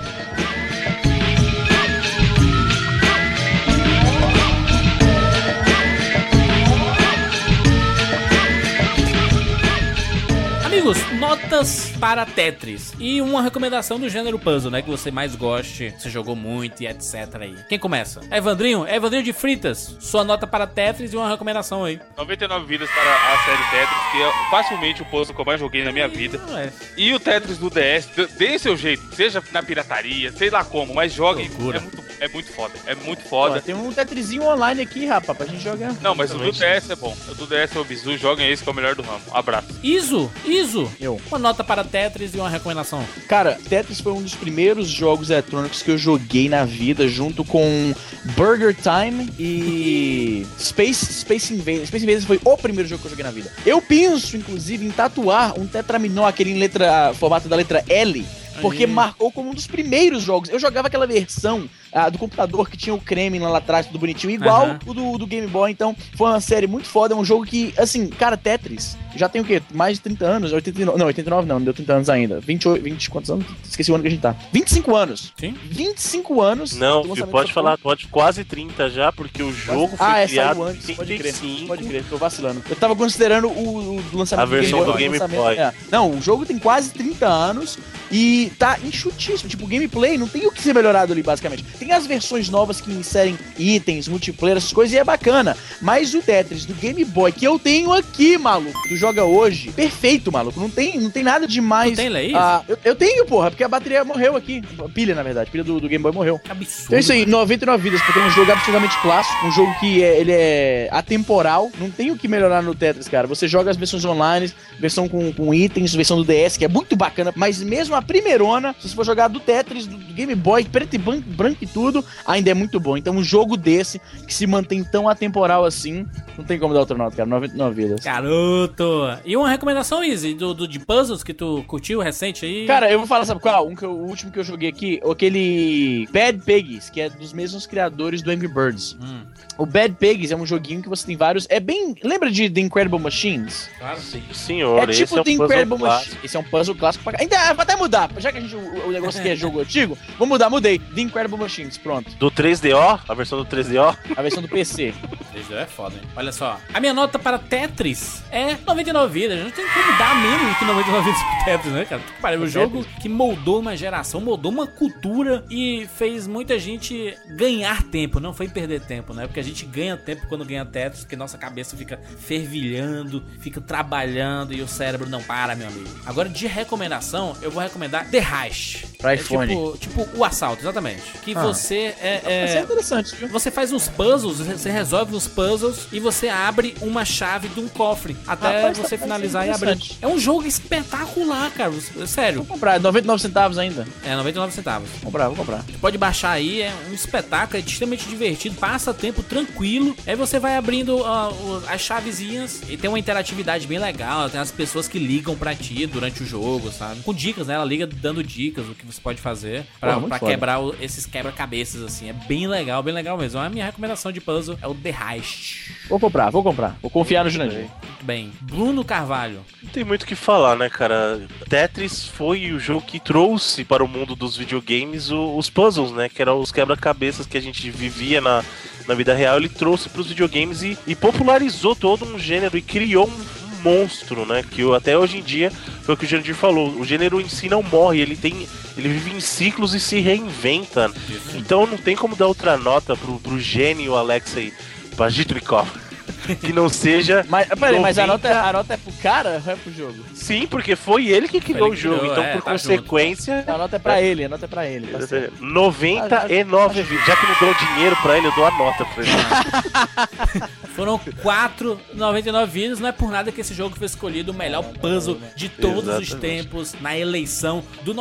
[SPEAKER 1] Amigos, notas para Tetris. E uma recomendação do gênero puzzle, né? Que você mais goste, você jogou muito e etc aí. Quem começa? Evandrinho? Evandrinho de Fritas. Sua nota para Tetris e uma recomendação aí.
[SPEAKER 3] 99 vidas para a série Tetris, que é facilmente o puzzle que eu mais joguei na minha vida.
[SPEAKER 1] Não é.
[SPEAKER 3] E o Tetris do DS, d- dê seu jeito, seja na pirataria, sei lá como, mas jogue.
[SPEAKER 1] Loucura.
[SPEAKER 3] É muito, é muito foda, é muito
[SPEAKER 2] Ó,
[SPEAKER 3] foda.
[SPEAKER 2] tem um Tetrizinho online aqui, rapaz, pra gente jogar.
[SPEAKER 3] Não, mas o do DS é bom. O do DS é o bizu, joguem esse que é o melhor do ramo. Abraço.
[SPEAKER 1] Iso, Iso.
[SPEAKER 2] Eu.
[SPEAKER 1] Uma nota para Tetris e uma recomendação.
[SPEAKER 2] Cara, Tetris foi um dos primeiros jogos eletrônicos que eu joguei na vida, junto com Burger Time e Space, Space Invaders. Space Invaders foi o primeiro jogo que eu joguei na vida. Eu penso, inclusive, em tatuar um tetraminó, aquele em letra, formato da letra L, porque
[SPEAKER 1] Aí.
[SPEAKER 2] marcou como um dos primeiros jogos. Eu jogava aquela versão ah, do computador que tinha o creme lá, lá atrás, tudo bonitinho, igual
[SPEAKER 1] Aham.
[SPEAKER 2] o do, do Game Boy. Então, foi uma série muito foda. É um jogo que, assim, cara, Tetris já tem o quê? Mais de 30 anos? 89, não, 89 não, não deu 30 anos ainda. 28, 20, quantos anos? Esqueci o ano que a gente tá. 25 anos.
[SPEAKER 1] Sim.
[SPEAKER 2] 25 anos. do
[SPEAKER 4] Não, filho,
[SPEAKER 2] lançamento
[SPEAKER 4] pode
[SPEAKER 2] dessa
[SPEAKER 4] falar, pode quase 30 já, porque o jogo foi
[SPEAKER 2] ah, é,
[SPEAKER 4] criado
[SPEAKER 2] saiu
[SPEAKER 4] em
[SPEAKER 2] antes, pode crer.
[SPEAKER 4] 35.
[SPEAKER 2] Pode crer, tô vacilando. Eu tava considerando o, o do lançamento
[SPEAKER 4] A versão do
[SPEAKER 2] o
[SPEAKER 4] Game
[SPEAKER 2] lançamento-
[SPEAKER 4] Boy.
[SPEAKER 2] é. Não, o jogo tem quase 30 anos e tá enxutíssimo. Tipo, o gameplay não tem o que ser melhorado ali, basicamente. Tem as versões novas que inserem itens, multiplayer, essas coisas, e é bacana. Mas o Tetris do Game Boy que eu tenho aqui, maluco, tu joga hoje, perfeito, maluco. Não tem, não tem nada demais.
[SPEAKER 1] Tu tem, Laís?
[SPEAKER 2] Ah, eu, eu tenho, porra, porque a bateria morreu aqui. A pilha, na verdade, a pilha do- do Game Boy morreu.
[SPEAKER 1] Que absurdo.
[SPEAKER 2] Então é isso aí, 99 vidas, porque é um jogo absolutamente clássico, um jogo que é, ele é atemporal, não tem o que melhorar no Tetris, cara. Você joga as versões online, versão com, com itens, versão do DS, que é muito bacana, mas mesmo a primeirona, se você for jogar do Tetris, do, do Game Boy, preto e ban- branco e tudo, ainda é muito bom. Então um jogo desse, que se mantém tão atemporal assim, não tem como dar outra nota, cara, 99 vidas.
[SPEAKER 1] Garoto! E uma recomendação, Easy, do, do- de puzzles que tu curtiu recente aí?
[SPEAKER 2] Cara, eu vou falar, sabe qual? Um que eu- o último que eu joguei aqui, aquele Bad Pigs, que é dos mesmos criadores do Angry Birds.
[SPEAKER 1] Hum,
[SPEAKER 2] O Bad Pigs é um joguinho que você tem vários. É bem. Lembra de The Incredible Machines?
[SPEAKER 1] claro.
[SPEAKER 4] Sim, senhor,
[SPEAKER 2] é
[SPEAKER 4] esse
[SPEAKER 2] tipo
[SPEAKER 4] é um
[SPEAKER 2] The
[SPEAKER 4] puzzle
[SPEAKER 2] Incredible
[SPEAKER 4] clássico.
[SPEAKER 2] Machines. Esse é um puzzle clássico pra cá. Ainda é, vou até mudar. Já que a gente, o, o negócio aqui é jogo antigo, vou mudar, mudei. The Incredible Machines, pronto.
[SPEAKER 4] Do 3DO, a versão do 3DO.
[SPEAKER 2] A versão do PC.
[SPEAKER 1] Desde é foda, hein? Olha só. A minha nota para Tetris é 99 vidas. Não tem como dar menos que 99 vidas pro Tetris, né, cara? Parei, o jogo que moldou uma geração, moldou uma cultura e fez muita gente ganhar tempo. Não foi perder tempo, né? Porque a gente ganha tempo quando ganha Tetris, porque nossa cabeça fica fervilhando, fica trabalhando e o cérebro não para, meu amigo. Agora, de recomendação, eu vou recomendar The Rush.
[SPEAKER 2] Pra
[SPEAKER 1] É
[SPEAKER 2] iPhone.
[SPEAKER 1] tipo, tipo o assalto, exatamente. Que
[SPEAKER 2] Ah.
[SPEAKER 1] você é-
[SPEAKER 2] Isso é
[SPEAKER 1] é,
[SPEAKER 2] interessante, viu?
[SPEAKER 1] você faz uns puzzles, você resolve uns puzzles e você abre uma chave de um cofre até
[SPEAKER 2] Rapaz, tá
[SPEAKER 1] você
[SPEAKER 2] parecendo
[SPEAKER 1] finalizar e abrir.
[SPEAKER 2] interessante.
[SPEAKER 1] É um jogo espetacular, cara. Sério,
[SPEAKER 2] Vou comprar, é 99 centavos ainda.
[SPEAKER 1] é 99 centavos.
[SPEAKER 2] Vou comprar, vou comprar.
[SPEAKER 1] Você pode baixar aí, é um espetáculo, é extremamente divertido, passa tempo tranquilo. Aí você vai abrindo ah, o- as chavezinhas e tem uma interatividade bem legal. Tem as pessoas que ligam pra ti durante o jogo, sabe? Com dicas, né? Ela liga dando dicas, o que você pode fazer pra,
[SPEAKER 2] Porra, muito
[SPEAKER 1] pra
[SPEAKER 2] foda.
[SPEAKER 1] quebrar o- esses quebra-cabeças, assim. É bem legal, bem legal mesmo. A minha recomendação de puzzle é o The Heist.
[SPEAKER 2] Vou comprar, vou comprar. Vou confiar no Jurandir.
[SPEAKER 1] Muito bem. Bruno Carvalho.
[SPEAKER 4] Não tem muito o que falar, né, cara? Tetris foi o jogo que trouxe para o mundo dos videogames o- os puzzles, né? Que eram os quebra-cabeças que a gente vivia na, na vida real. Ele trouxe para os videogames e, e popularizou todo um gênero e criou um um monstro, né? Que o- até hoje em dia foi o que o Jandir falou. O gênero em si não morre, ele tem. Ele vive em ciclos e se reinventa. Então não tem como dar outra nota pro, pro gênio Alexei Bajitnikov. que não seja.
[SPEAKER 2] Mas, peraí, mas a
[SPEAKER 4] 90.
[SPEAKER 2] nota, a nota é pro cara ou é pro jogo?
[SPEAKER 4] Sim, porque foi ele que criou
[SPEAKER 1] Ele
[SPEAKER 4] o jogo.
[SPEAKER 1] criou,
[SPEAKER 4] então,
[SPEAKER 1] é,
[SPEAKER 4] por
[SPEAKER 1] tá
[SPEAKER 4] consequência.
[SPEAKER 2] A nota é pra ele, a nota é pra ele. Tá certo.
[SPEAKER 4] 99 vidas. Já que não dou dinheiro pra ele, eu dou a nota pra ele.
[SPEAKER 1] Foram 4,99 vidas. Não é por nada que esse jogo foi escolhido o melhor puzzle de todos os
[SPEAKER 4] Exatamente.
[SPEAKER 1] tempos na eleição do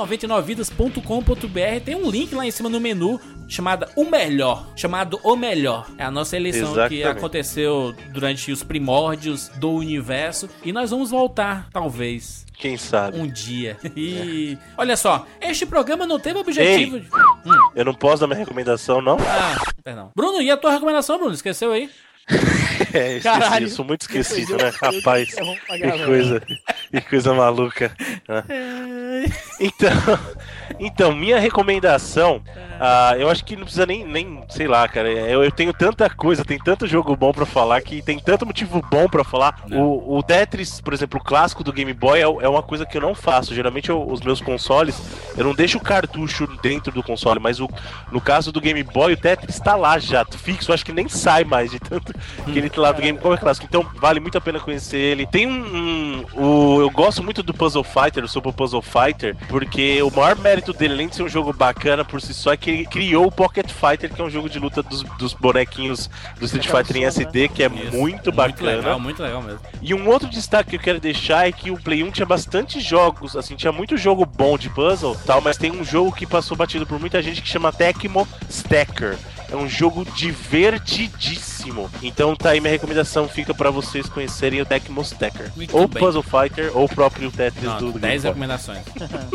[SPEAKER 1] 99vidas.com.br. Tem um link lá em cima no menu chamado O Melhor. Chamado O Melhor. É a nossa eleição que
[SPEAKER 4] Exatamente.
[SPEAKER 1] aconteceu durante os primórdios do universo. E nós vamos voltar, talvez.
[SPEAKER 4] Quem sabe?
[SPEAKER 1] Um dia. E olha só, este programa não teve objetivo. De... Hum,
[SPEAKER 4] Eu não posso dar minha recomendação, não?
[SPEAKER 1] ah, perdão. Bruno, e a tua recomendação, Bruno? Esqueceu aí?
[SPEAKER 4] É, esqueci,
[SPEAKER 2] Caralho.
[SPEAKER 4] eu sou muito esquecido,
[SPEAKER 2] Pois é,
[SPEAKER 4] né? Rapaz,
[SPEAKER 2] eu vou pagar,
[SPEAKER 4] que
[SPEAKER 2] velho.
[SPEAKER 4] coisa, que coisa maluca. né? Então, então, minha recomendação, ah, eu acho que não precisa nem, nem sei lá, cara. é, Eu, eu tenho tanta coisa, tem tanto jogo bom pra falar, que tem tanto motivo bom pra falar. O, o Tetris, por exemplo, o clássico do Game Boy, é, é uma coisa que eu não faço. Geralmente, eu- os meus consoles, eu não deixo o cartucho dentro do console, mas o, no caso do Game Boy, o Tetris tá lá já, fixo. Acho que nem sai mais de tanto que ele tá lá do Game Boy Clássico. Então vale muito a pena conhecer ele. Tem um. um- o, eu gosto muito do Puzzle Fighter, do Super Puzzle Fighter, porque o maior mérito dele, além de ser um jogo bacana por si só, é que ele criou o Pocket Fighter, que é um jogo de luta dos, dos bonequinhos do Street Fighter em SD, que é muito
[SPEAKER 1] Muito legal,
[SPEAKER 4] bacana.
[SPEAKER 1] muito legal mesmo.
[SPEAKER 4] E um outro destaque que eu quero deixar é que o Play 1 tinha bastante jogos, assim, tinha muito jogo bom de puzzle e tal, mas tem um jogo que passou batido por muita gente que chama Tecmo Stacker. É um jogo divertidíssimo. Então tá aí minha recomendação, fica pra vocês conhecerem o Tecmo Stacker.
[SPEAKER 1] Muito
[SPEAKER 4] Ou
[SPEAKER 1] bem.
[SPEAKER 4] Puzzle Fighter, ou o próprio Tetris
[SPEAKER 1] Não, é
[SPEAKER 4] do, do
[SPEAKER 1] 10
[SPEAKER 4] Game Boy.
[SPEAKER 1] recomendações.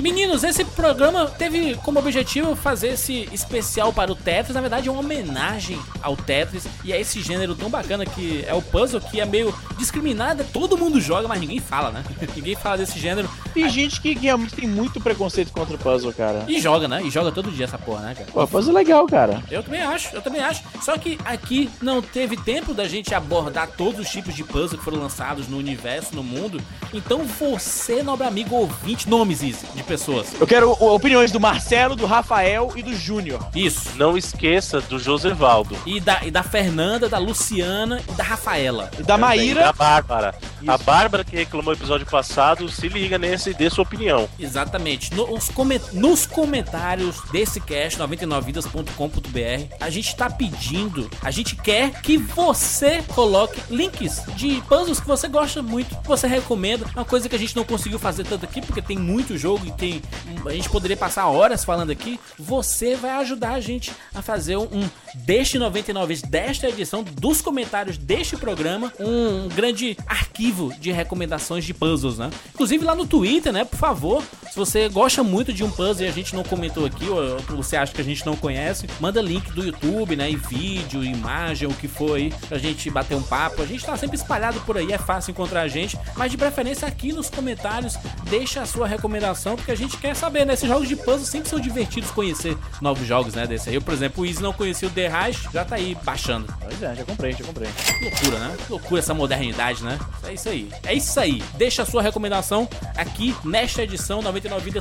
[SPEAKER 1] Meninos, esse programa teve como objetivo fazer esse especial para o Tetris. Na verdade, é uma homenagem ao Tetris e a esse gênero tão bacana que é o puzzle, que é meio discriminado. Todo mundo joga, mas ninguém fala, né? ninguém fala desse gênero.
[SPEAKER 2] Tem gente que realmente tem muito preconceito contra o puzzle, cara.
[SPEAKER 1] E joga, né? E joga todo dia essa porra, né, cara?
[SPEAKER 2] Pô, puzzle é legal, cara.
[SPEAKER 1] Eu também acho, eu também acho. Só que aqui não teve tempo da gente abordar todos os tipos de puzzle que foram lançados no universo, no mundo. Então você, nobre amigo ouvinte, nomes Izzy, de pessoas.
[SPEAKER 2] Eu quero o- opiniões do Marcelo, do Rafael e do Júnior.
[SPEAKER 1] Isso.
[SPEAKER 4] Não esqueça do Josevaldo.
[SPEAKER 1] E da, e da Fernanda, da Luciana e da Rafaela.
[SPEAKER 2] E da
[SPEAKER 4] E Da
[SPEAKER 2] Maíra.
[SPEAKER 4] Bárbara. A Bárbara que reclamou o episódio passado, se liga nesse e dê sua opinião.
[SPEAKER 1] Exatamente. No- os comen- nos comentários desse cast, 99vidas.com.br, a gente tá pedindo, a gente quer que você coloque links de puzzles que você gosta muito, que você recomenda. Uma coisa que a gente não conseguiu fazer tanto aqui, porque tem muito jogo e tem. A gente poderia passar horas falando aqui. Você vai ajudar a gente a fazer um, um deste 99 desta edição, dos comentários deste programa, um grande arquivo de recomendações de puzzles, né? Inclusive lá no Twitter, né? Por favor, se você gosta muito de um puzzle e a gente não comentou aqui, ou ou você acha que a gente não conhece, manda link do YouTube, né? E vídeo, imagem, o que for aí, pra gente bater um papo. A gente tá sempre espalhado por aí, é fácil encontrar a gente, mas de preferência aqui nos comentários, deixa a sua recomendação, porque a gente quer saber, né? Esses jogos de puzzle sempre são divertidos conhecer novos jogos, né? Desse aí. Eu, por exemplo, o Easy não conhecia o The Rush, já tá aí baixando.
[SPEAKER 2] Pois é, já comprei, já comprei.
[SPEAKER 1] Que Loucura, né? Que Loucura essa modernidade, né? É isso aí. É isso aí. Deixa a sua recomendação aqui nesta edição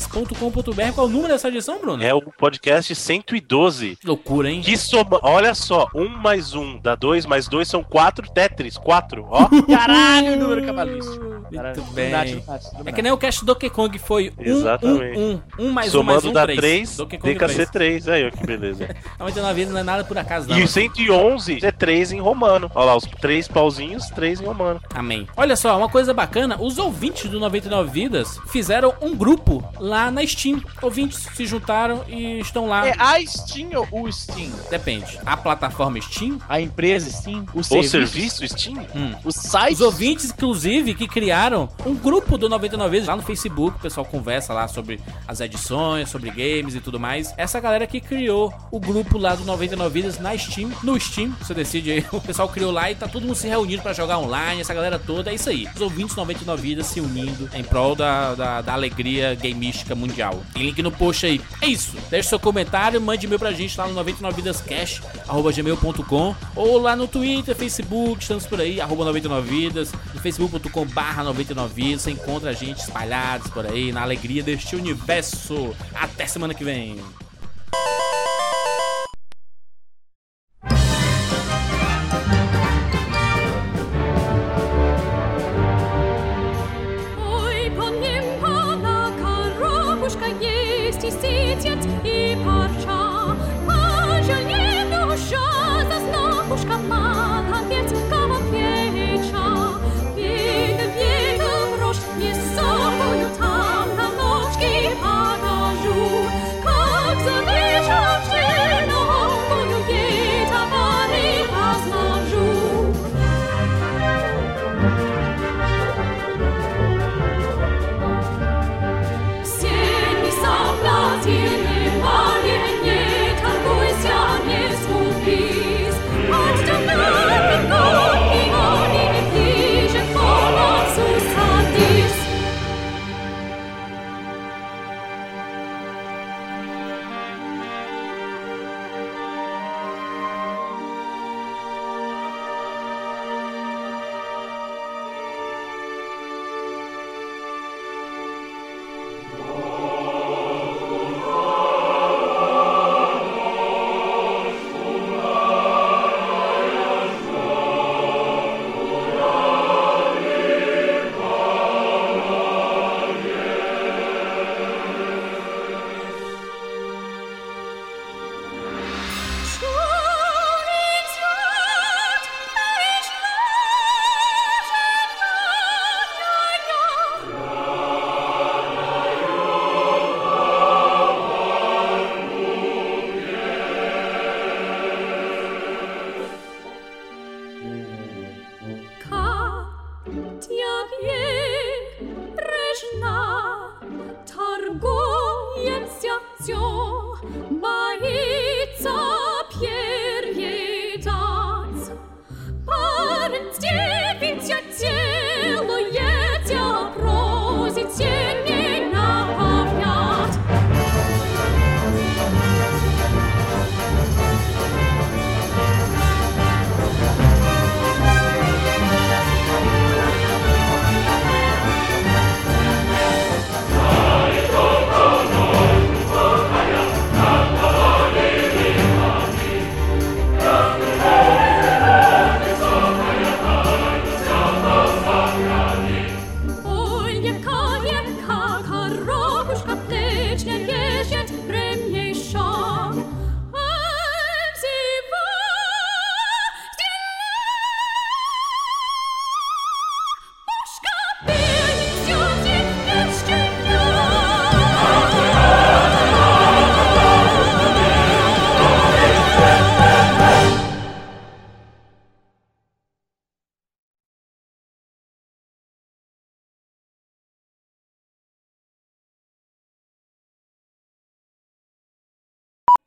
[SPEAKER 1] 99vidas.com.br. Qual é o número dessa edição, Bruno?
[SPEAKER 4] É o podcast 112.
[SPEAKER 1] Que Loucura, hein?
[SPEAKER 4] Que soma, olha só, um mais um dá dois, mais dois são quatro Tetris, quatro, ó.
[SPEAKER 1] um
[SPEAKER 2] Caralho, número cabalístico.
[SPEAKER 1] Muito
[SPEAKER 2] Caralho, Illuminati,
[SPEAKER 1] bem.
[SPEAKER 2] Illuminati, Illuminati.
[SPEAKER 1] É que nem o cast do Donkey Kong foi 1,
[SPEAKER 4] Exatamente.
[SPEAKER 1] 1, 1, 1 mais 1, mais
[SPEAKER 4] Somando
[SPEAKER 1] 1,
[SPEAKER 4] dá
[SPEAKER 1] 3.
[SPEAKER 4] três,
[SPEAKER 1] Donkey Kong
[SPEAKER 4] DKC
[SPEAKER 1] 3.
[SPEAKER 4] três, aí, ó, que beleza.
[SPEAKER 1] 99 vidas não é nada por acaso, não.
[SPEAKER 4] e o 111 é três em romano. Olha lá, os três pauzinhos, três em romano.
[SPEAKER 1] Amém. Olha só, uma coisa bacana, os ouvintes do 99 Vidas fizeram um grupo lá na Steam. Ouvintes se juntaram e estão lá.
[SPEAKER 2] É a Steam ou o Steam?
[SPEAKER 1] Depende. A plataforma Steam
[SPEAKER 2] A empresa Steam? O
[SPEAKER 4] O
[SPEAKER 2] serviço?
[SPEAKER 4] serviço Steam?
[SPEAKER 2] O site?
[SPEAKER 1] Os ouvintes, inclusive, que criaram um grupo do 99 Vezes lá no Facebook. O pessoal conversa lá sobre as edições, sobre games e tudo mais. Essa galera que criou o grupo lá do 99 Vezes na Steam, no Steam, você decide aí. O pessoal criou lá e tá todo mundo se reunindo pra jogar online, essa galera toda. É isso aí. Os ouvintes 99 Vidas se unindo em prol da, da, da alegria gameística mundial. Tem link no post aí. É isso. Deixe seu comentário, mande e-mail pra gente lá no 99vidascast.gmail.com ou lá no Twitter, Facebook, estamos por aí, arroba 99vidas, no facebook.com barra 99vidas, você encontra a gente espalhados por aí, na alegria deste universo. Até semana que vem.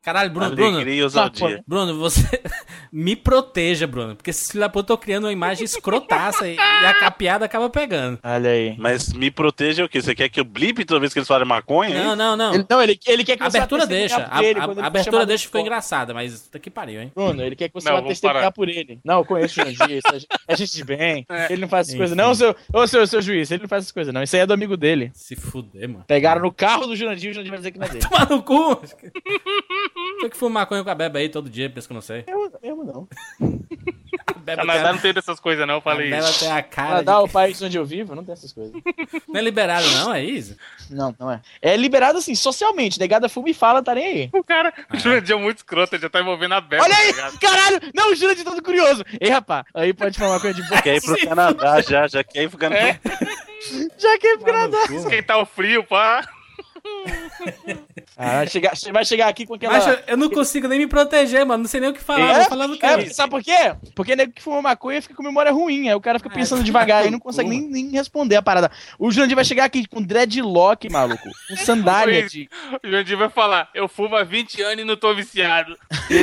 [SPEAKER 1] Caralho, Bruno, Bruno,
[SPEAKER 4] Alegria e ousadia.
[SPEAKER 1] Bruno, você me proteja, Bruno, porque esse filho da puta eu criando uma imagem escrotaça e, e a capiada acaba pegando.
[SPEAKER 2] Olha aí.
[SPEAKER 4] Mas me proteja o quê? Você quer que eu blipe toda vez que eles falam maconha?
[SPEAKER 1] Não,
[SPEAKER 4] hein?
[SPEAKER 1] não, não.
[SPEAKER 2] Ele, não, ele, ele quer que
[SPEAKER 1] A abertura deixa. A,
[SPEAKER 2] ele
[SPEAKER 1] a-
[SPEAKER 2] quando ele
[SPEAKER 1] a
[SPEAKER 2] te
[SPEAKER 1] abertura
[SPEAKER 2] chamar
[SPEAKER 1] deixa
[SPEAKER 2] de
[SPEAKER 1] ficou
[SPEAKER 2] porra.
[SPEAKER 1] engraçada, mas tá que pariu, hein?
[SPEAKER 2] Bruno, ele quer que você
[SPEAKER 3] Não,
[SPEAKER 2] vá
[SPEAKER 3] vamos
[SPEAKER 2] testemunhar
[SPEAKER 3] parar.
[SPEAKER 2] por ele. Não, eu conheço o Jandir, isso é gente- é gente de bem.
[SPEAKER 3] É.
[SPEAKER 2] Ele não faz essas coisas,
[SPEAKER 1] Enfim.
[SPEAKER 2] não, seu, ô, seu, seu juiz. Ele não faz essas coisas, não. Isso aí é do amigo dele.
[SPEAKER 1] Se fuder, mano.
[SPEAKER 2] Pegaram no carro do Jurandir, o Jurandir vai dizer que não é dele.
[SPEAKER 1] Tomar no cu! Tem que fumar maconha com a Beba aí todo dia, pensa que eu não sei.
[SPEAKER 2] Eu, um eu não.
[SPEAKER 1] A Beba,
[SPEAKER 3] Canadá
[SPEAKER 1] tem,
[SPEAKER 3] não tem dessas coisas, não, eu
[SPEAKER 1] a, a
[SPEAKER 3] falei.
[SPEAKER 1] Beba tem a cara.
[SPEAKER 2] Canadá,
[SPEAKER 1] de-
[SPEAKER 2] o país onde eu vivo, não tem essas coisas.
[SPEAKER 1] Não é liberado, não, é isso?
[SPEAKER 2] Não, não é. É liberado assim, socialmente. Negada fuma e fala, tá nem aí.
[SPEAKER 3] O cara, o Jurandir é muito escroto, ele já tá envolvendo a Bela.
[SPEAKER 2] Olha aí!
[SPEAKER 3] tá ligado?
[SPEAKER 2] Caralho! Não, o Jurandir todo curioso. Ei, rapá, aí pode falar uma coisa de boa.
[SPEAKER 4] Quer ir pro Canadá já, já quer ir pro Canadá.
[SPEAKER 3] É.
[SPEAKER 2] Já que é pro
[SPEAKER 1] Tomar no
[SPEAKER 2] Canadá.
[SPEAKER 1] cu, mano.
[SPEAKER 3] Esquentar o frio, pá.
[SPEAKER 2] Ah, vai chegar, você vai chegar aqui com aquela...
[SPEAKER 1] Mas eu, eu não consigo nem me proteger, mano. Não sei nem o que falar. Vou falar do
[SPEAKER 2] É,
[SPEAKER 1] cara.
[SPEAKER 2] porque- sabe por quê? Porque nego que fuma maconha fica com memória ruim. Aí o cara fica pensando devagar e não consegue nem, nem responder a parada. O Jurandir vai chegar aqui com dreadlock, maluco. Com sandália. de-
[SPEAKER 3] O Jurandir vai falar, eu fumo há 20 anos e não tô viciado.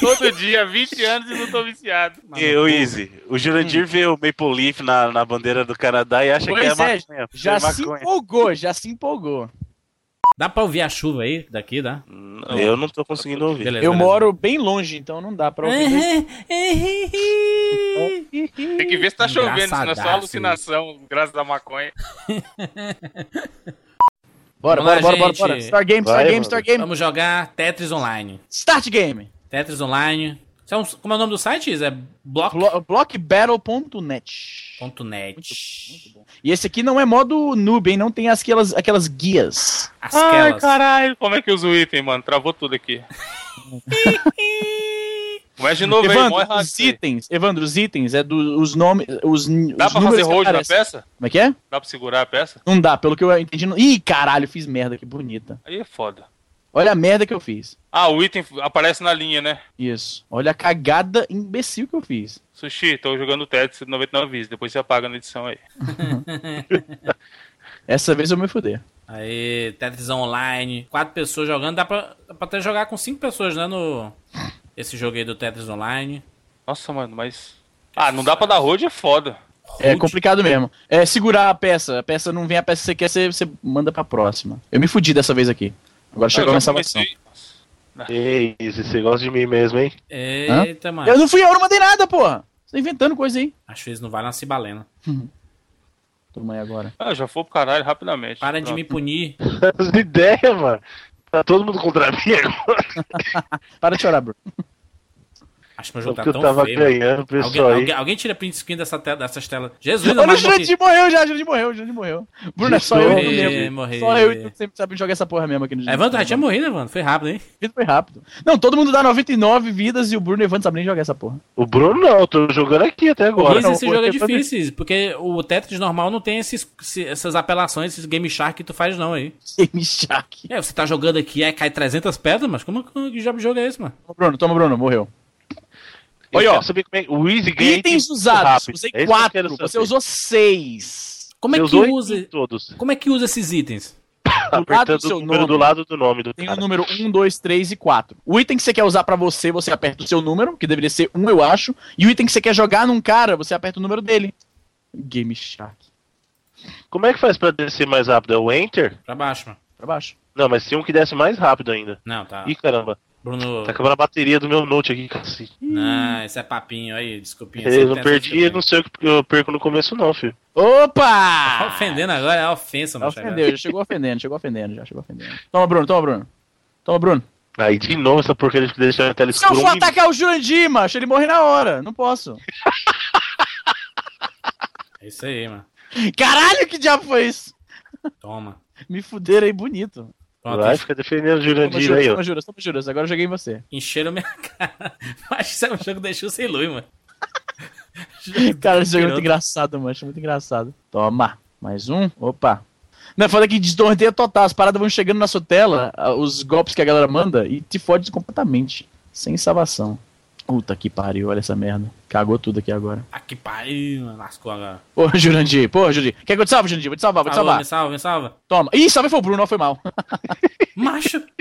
[SPEAKER 3] Todo dia, 20 anos e não tô viciado.
[SPEAKER 4] E, o Easy, o Jurandir vê o Maple Leaf na, na bandeira do Canadá e acha que é,
[SPEAKER 2] Pois é,
[SPEAKER 4] maconha.
[SPEAKER 2] Já
[SPEAKER 4] é
[SPEAKER 2] se
[SPEAKER 4] maconha.
[SPEAKER 2] empolgou, já se empolgou.
[SPEAKER 1] Dá pra ouvir a chuva aí daqui, dá?
[SPEAKER 4] Eu não tô conseguindo ouvir.
[SPEAKER 1] Beleza.
[SPEAKER 2] Eu moro bem longe, então não dá pra ouvir.
[SPEAKER 3] Tem que ver se tá
[SPEAKER 2] Hum.
[SPEAKER 3] chovendo, se não é só
[SPEAKER 1] Engraçadaço
[SPEAKER 3] alucinação, graças à maconha.
[SPEAKER 2] Bora,
[SPEAKER 1] Vamos lá,
[SPEAKER 2] bora, bora, bora,
[SPEAKER 1] gente.
[SPEAKER 2] bora. Star Game,
[SPEAKER 4] Vai,
[SPEAKER 2] Star Game,
[SPEAKER 4] mano.
[SPEAKER 2] Star Game.
[SPEAKER 1] Vamos jogar Tetris Online.
[SPEAKER 2] Start Game.
[SPEAKER 1] Tetris Online. Isso é um- como é o nome do site? Isso é block.net.
[SPEAKER 2] Blo- Blockbattle.net. E esse aqui não é modo noob, hein? Não tem aquelas, aquelas guias.
[SPEAKER 1] Asquelas.
[SPEAKER 3] caralho, como é que usa o item, mano? Travou tudo aqui. Começa de novo aí,
[SPEAKER 2] Evandro,
[SPEAKER 3] morre
[SPEAKER 2] os itens, Evandro, os itens é dos os nomes, os, n-
[SPEAKER 3] Dá
[SPEAKER 2] os
[SPEAKER 3] pra fazer
[SPEAKER 2] que
[SPEAKER 3] hold na
[SPEAKER 2] aparecem.
[SPEAKER 3] peça?
[SPEAKER 2] Como é que é?
[SPEAKER 3] Dá pra segurar a peça?
[SPEAKER 2] Não dá, pelo que eu entendi. Não... Ih, caralho, fiz merda, que bonita.
[SPEAKER 3] Aí é foda.
[SPEAKER 2] Olha a merda que eu fiz.
[SPEAKER 3] Ah, o item aparece na linha, né?
[SPEAKER 2] Isso. Olha a cagada imbecil que eu fiz.
[SPEAKER 3] Sushi, tô jogando Tetris 99 vezes, depois você apaga na edição aí.
[SPEAKER 2] Essa vez eu me fuder.
[SPEAKER 1] Aí, Tetris Online. Quatro pessoas jogando. Dá pra, dá pra até jogar com cinco pessoas, né? No, esse jogo aí do Tetris Online.
[SPEAKER 3] Nossa, mano, mas... Ah, não dá pra dar hold é foda.
[SPEAKER 2] É complicado mesmo. É segurar a peça. A peça não vem a peça que você quer, você, você manda pra próxima. Eu me fudi dessa vez aqui. Agora chegou a minha
[SPEAKER 3] Eu já
[SPEAKER 2] salvação.
[SPEAKER 3] comecei.
[SPEAKER 4] Ei, Easy, você gosta de mim mesmo, hein?
[SPEAKER 1] Eita, mano.
[SPEAKER 2] Eu não fui, eu não mandei nada, porra. Você tá inventando coisa aí.
[SPEAKER 1] Acho que eles não valem uma cibalena.
[SPEAKER 2] Toma aí agora.
[SPEAKER 3] Ah, já foi pro caralho rapidamente.
[SPEAKER 1] Para de
[SPEAKER 3] Pronto.
[SPEAKER 1] me punir.
[SPEAKER 4] As ideias, mano. Tá todo mundo contra mim agora.
[SPEAKER 2] Para de chorar, Bruno.
[SPEAKER 1] Acho que meu jogo
[SPEAKER 4] Porque
[SPEAKER 1] tá tão
[SPEAKER 4] eu tava
[SPEAKER 1] feio.
[SPEAKER 4] ganhando,
[SPEAKER 1] mano. Alguém,
[SPEAKER 4] pessoal aí.
[SPEAKER 1] alguém- alguém tira print screen dessa tela, dessas telas. Jesus,
[SPEAKER 2] Olha, o
[SPEAKER 1] mais bom que-
[SPEAKER 2] Jurandir morreu já, o Jurandir morreu, o Jurandir morreu. Bruno, é só eu
[SPEAKER 4] Morrer,
[SPEAKER 2] e tu mesmo.
[SPEAKER 1] morrer.
[SPEAKER 2] Só eu e tu sempre sabe jogar essa porra mesmo aqui no
[SPEAKER 1] É, Evandro, já tinha morrido, né, mano? Foi rápido, hein?
[SPEAKER 2] Vida foi rápido. Não, todo mundo dá 99 vidas e o Bruno e o Evandro sabe nem jogar essa porra.
[SPEAKER 4] O Bruno não, eu tô jogando aqui até agora.
[SPEAKER 1] Mas esse
[SPEAKER 4] Não,
[SPEAKER 1] jogo é
[SPEAKER 4] porque-
[SPEAKER 1] difícil, porque o Tetris normal não tem esses, esse- essas apelações, esses Game Shark que tu faz não aí.
[SPEAKER 2] Game Shark.
[SPEAKER 1] É, você tá jogando aqui, aí cai 300 pedras, mas como como que diabo de jogo é esse, mano?
[SPEAKER 2] Toma, Bruno, toma, Bruno, morreu.
[SPEAKER 4] Eu
[SPEAKER 2] Olha, ó.
[SPEAKER 4] quero saber como é que- O Easy ganha
[SPEAKER 2] Itens
[SPEAKER 4] muito
[SPEAKER 2] usados.
[SPEAKER 4] rápido.
[SPEAKER 2] Usei
[SPEAKER 4] É isso que eu quero
[SPEAKER 2] 4.
[SPEAKER 4] saber.
[SPEAKER 2] Você usou 6.
[SPEAKER 1] Como é
[SPEAKER 4] Eu
[SPEAKER 1] que
[SPEAKER 4] usei
[SPEAKER 1] usa,
[SPEAKER 4] todos.
[SPEAKER 1] como é que usa esses itens?
[SPEAKER 2] lado do
[SPEAKER 4] Apertando
[SPEAKER 2] seu
[SPEAKER 4] o número
[SPEAKER 2] nome.
[SPEAKER 4] do lado do nome do
[SPEAKER 2] Tem o
[SPEAKER 1] um
[SPEAKER 4] cara.
[SPEAKER 2] número 1, 2, 3 e 4. O item que você quer usar pra você, você aperta o seu número, que deveria ser 1, eu acho. E o item que você quer jogar num cara, você aperta o número dele. Game Shark.
[SPEAKER 4] Como é que faz pra descer mais rápido? É o Enter?
[SPEAKER 1] Pra baixo, mano.
[SPEAKER 2] Pra baixo.
[SPEAKER 4] Não, mas tinha um que desce mais rápido ainda.
[SPEAKER 1] Não, tá.
[SPEAKER 4] Ih, caramba.
[SPEAKER 1] Bruno,
[SPEAKER 4] Tá acabando a bateria do meu note aqui, cacete.
[SPEAKER 1] não, isso é papinho aí, desculpinha.
[SPEAKER 4] Eu não perdi, eu não sei o que eu perco no começo, não, filho.
[SPEAKER 1] Tá
[SPEAKER 2] Opa!
[SPEAKER 1] ofendendo agora, é ofensa,
[SPEAKER 2] Já
[SPEAKER 1] mano.
[SPEAKER 2] ofendeu, já chegou ofendendo, chegou ofendendo, já chegou ofendendo. Toma, Bruno, toma, Bruno. Toma, Bruno.
[SPEAKER 4] Aí de novo essa porcaria de deixar a tela
[SPEAKER 2] Se eu
[SPEAKER 4] escura.
[SPEAKER 2] for
[SPEAKER 4] um minuto.
[SPEAKER 2] atacar o Jurandir, macho, ele morre na hora. Não posso.
[SPEAKER 1] É isso aí, mano.
[SPEAKER 2] Caralho, que diabo foi isso?
[SPEAKER 1] Toma.
[SPEAKER 2] Me fuderam aí bonito.
[SPEAKER 1] Pronto,
[SPEAKER 4] Vai, fica é defendendo o
[SPEAKER 2] Toma,
[SPEAKER 4] Jurandir
[SPEAKER 2] Juras,
[SPEAKER 4] aí, ó.
[SPEAKER 2] toma, Juras, toma, Juras. Agora eu joguei em você.
[SPEAKER 1] encheram minha cara. Mas isso é um jogo que deixou sem luz, mano.
[SPEAKER 2] Cara, esse jogo é muito engraçado, macho. Muito engraçado. Toma. Mais um. Opa. Não, é foda que desdorteia total. As paradas vão chegando na sua tela, ah, os golpes que a galera manda, e te fode completamente. Sem salvação. Puta que pariu, olha essa merda. Cagou tudo aqui agora.
[SPEAKER 1] Ah, que pariu, mano. Lascou agora.
[SPEAKER 2] Ô, Jurandir, pô, Jurandir. Quer que eu te salve, Jurandir? Vou te salvar, vou te
[SPEAKER 1] Salva,
[SPEAKER 2] salvar.
[SPEAKER 1] me salva, me salva.
[SPEAKER 2] Toma. Ih, salve foi o Bruno, ó, foi mal.
[SPEAKER 1] Macho!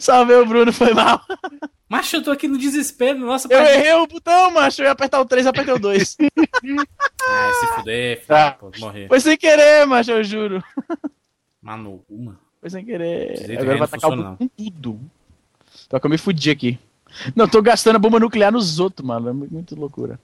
[SPEAKER 2] salvei o Bruno, foi mal.
[SPEAKER 1] Macho, eu tô aqui no desespero. Nossa,
[SPEAKER 2] Eu
[SPEAKER 1] pai-
[SPEAKER 2] errei o botão, macho. Eu ia apertar o 3 apertei o 2.
[SPEAKER 1] Ai, é se fuder, filho,
[SPEAKER 2] Ah.
[SPEAKER 1] pô, morrer.
[SPEAKER 2] Foi sem querer, macho, eu juro.
[SPEAKER 1] Manu, uma.
[SPEAKER 2] Foi sem querer.
[SPEAKER 1] Direito
[SPEAKER 2] Agora
[SPEAKER 1] aí
[SPEAKER 2] vai
[SPEAKER 1] não
[SPEAKER 2] atacar o
[SPEAKER 1] funciona,
[SPEAKER 2] Bruno com tudo. Só que eu me fudi aqui. Não, tô gastando a bomba nuclear nos outros, mano. É mu- muito loucura.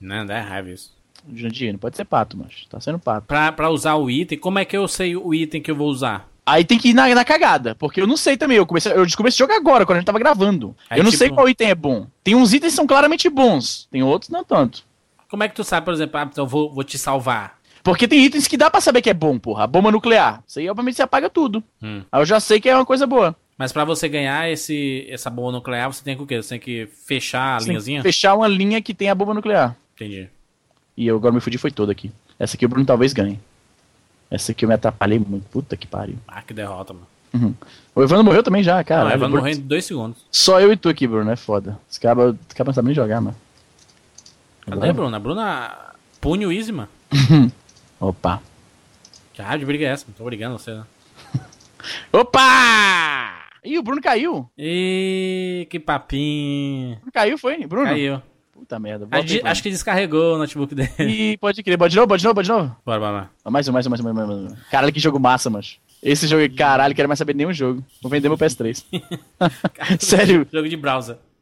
[SPEAKER 1] Não, dá raiva isso.
[SPEAKER 2] Jandir, não pode ser pato, macho. Tá sendo pato.
[SPEAKER 1] Pra, pra usar o item, como é que eu sei o item que eu vou usar?
[SPEAKER 2] Aí tem que ir na, na cagada, porque eu não sei também. Eu, comecei, eu descobri esse jogo agora, quando a gente tava gravando.
[SPEAKER 1] Aí,
[SPEAKER 2] eu não
[SPEAKER 1] tipo-
[SPEAKER 2] sei qual item é bom. Tem uns itens que são claramente bons, tem outros não tanto.
[SPEAKER 1] Como é que tu sabe, por exemplo, ah, então eu vou, vou te salvar?
[SPEAKER 2] Porque tem itens que dá pra saber que é bom, porra. A bomba nuclear. Isso aí, obviamente, você apaga tudo.
[SPEAKER 1] Hum.
[SPEAKER 2] Aí eu já sei que é uma coisa boa.
[SPEAKER 1] Mas pra você ganhar esse, essa bomba nuclear, você tem que o quê? Você tem que fechar a
[SPEAKER 2] Você tem que
[SPEAKER 1] linhazinha?
[SPEAKER 2] Fechar uma linha que tem a bomba nuclear.
[SPEAKER 1] Entendi.
[SPEAKER 2] E eu agora me fudi, foi toda aqui. Essa aqui o Bruno talvez ganhe. Essa aqui eu me atrapalhei muito. Puta que pariu.
[SPEAKER 1] Ah, que derrota, mano.
[SPEAKER 2] O Evandro morreu também já, cara.
[SPEAKER 1] Não, eu vou
[SPEAKER 2] Bruno-
[SPEAKER 1] morrer em dois segundos.
[SPEAKER 2] Só eu e tu aqui, Bruno, é foda. Os caras os caras não sabem nem jogar, mano.
[SPEAKER 1] Cadê
[SPEAKER 2] Agora-
[SPEAKER 1] a Bruna? A Bruna punho easy, mano.
[SPEAKER 2] Opa.
[SPEAKER 1] Que raio de briga é essa? Não tô brigando você, né?
[SPEAKER 2] Opa! Ih, o Bruno caiu.
[SPEAKER 1] Ih, que papinho.
[SPEAKER 2] Bruno caiu, foi? Bruno?
[SPEAKER 1] Caiu.
[SPEAKER 2] Puta merda.
[SPEAKER 1] Acho-
[SPEAKER 2] Bota aí, Bruno.
[SPEAKER 1] acho que descarregou o notebook dele.
[SPEAKER 2] Ih, pode crer. Bota de novo, bota de novo, bota de novo.
[SPEAKER 1] bora, bora, bora.
[SPEAKER 2] Mais um, mais um, mais um, mais um. Mais um. Caralho, que jogo massa, mano. Esse jogo, caralho, quero mais saber de nenhum jogo. Vou vender meu PS3. Sério,
[SPEAKER 1] Jogo de browser.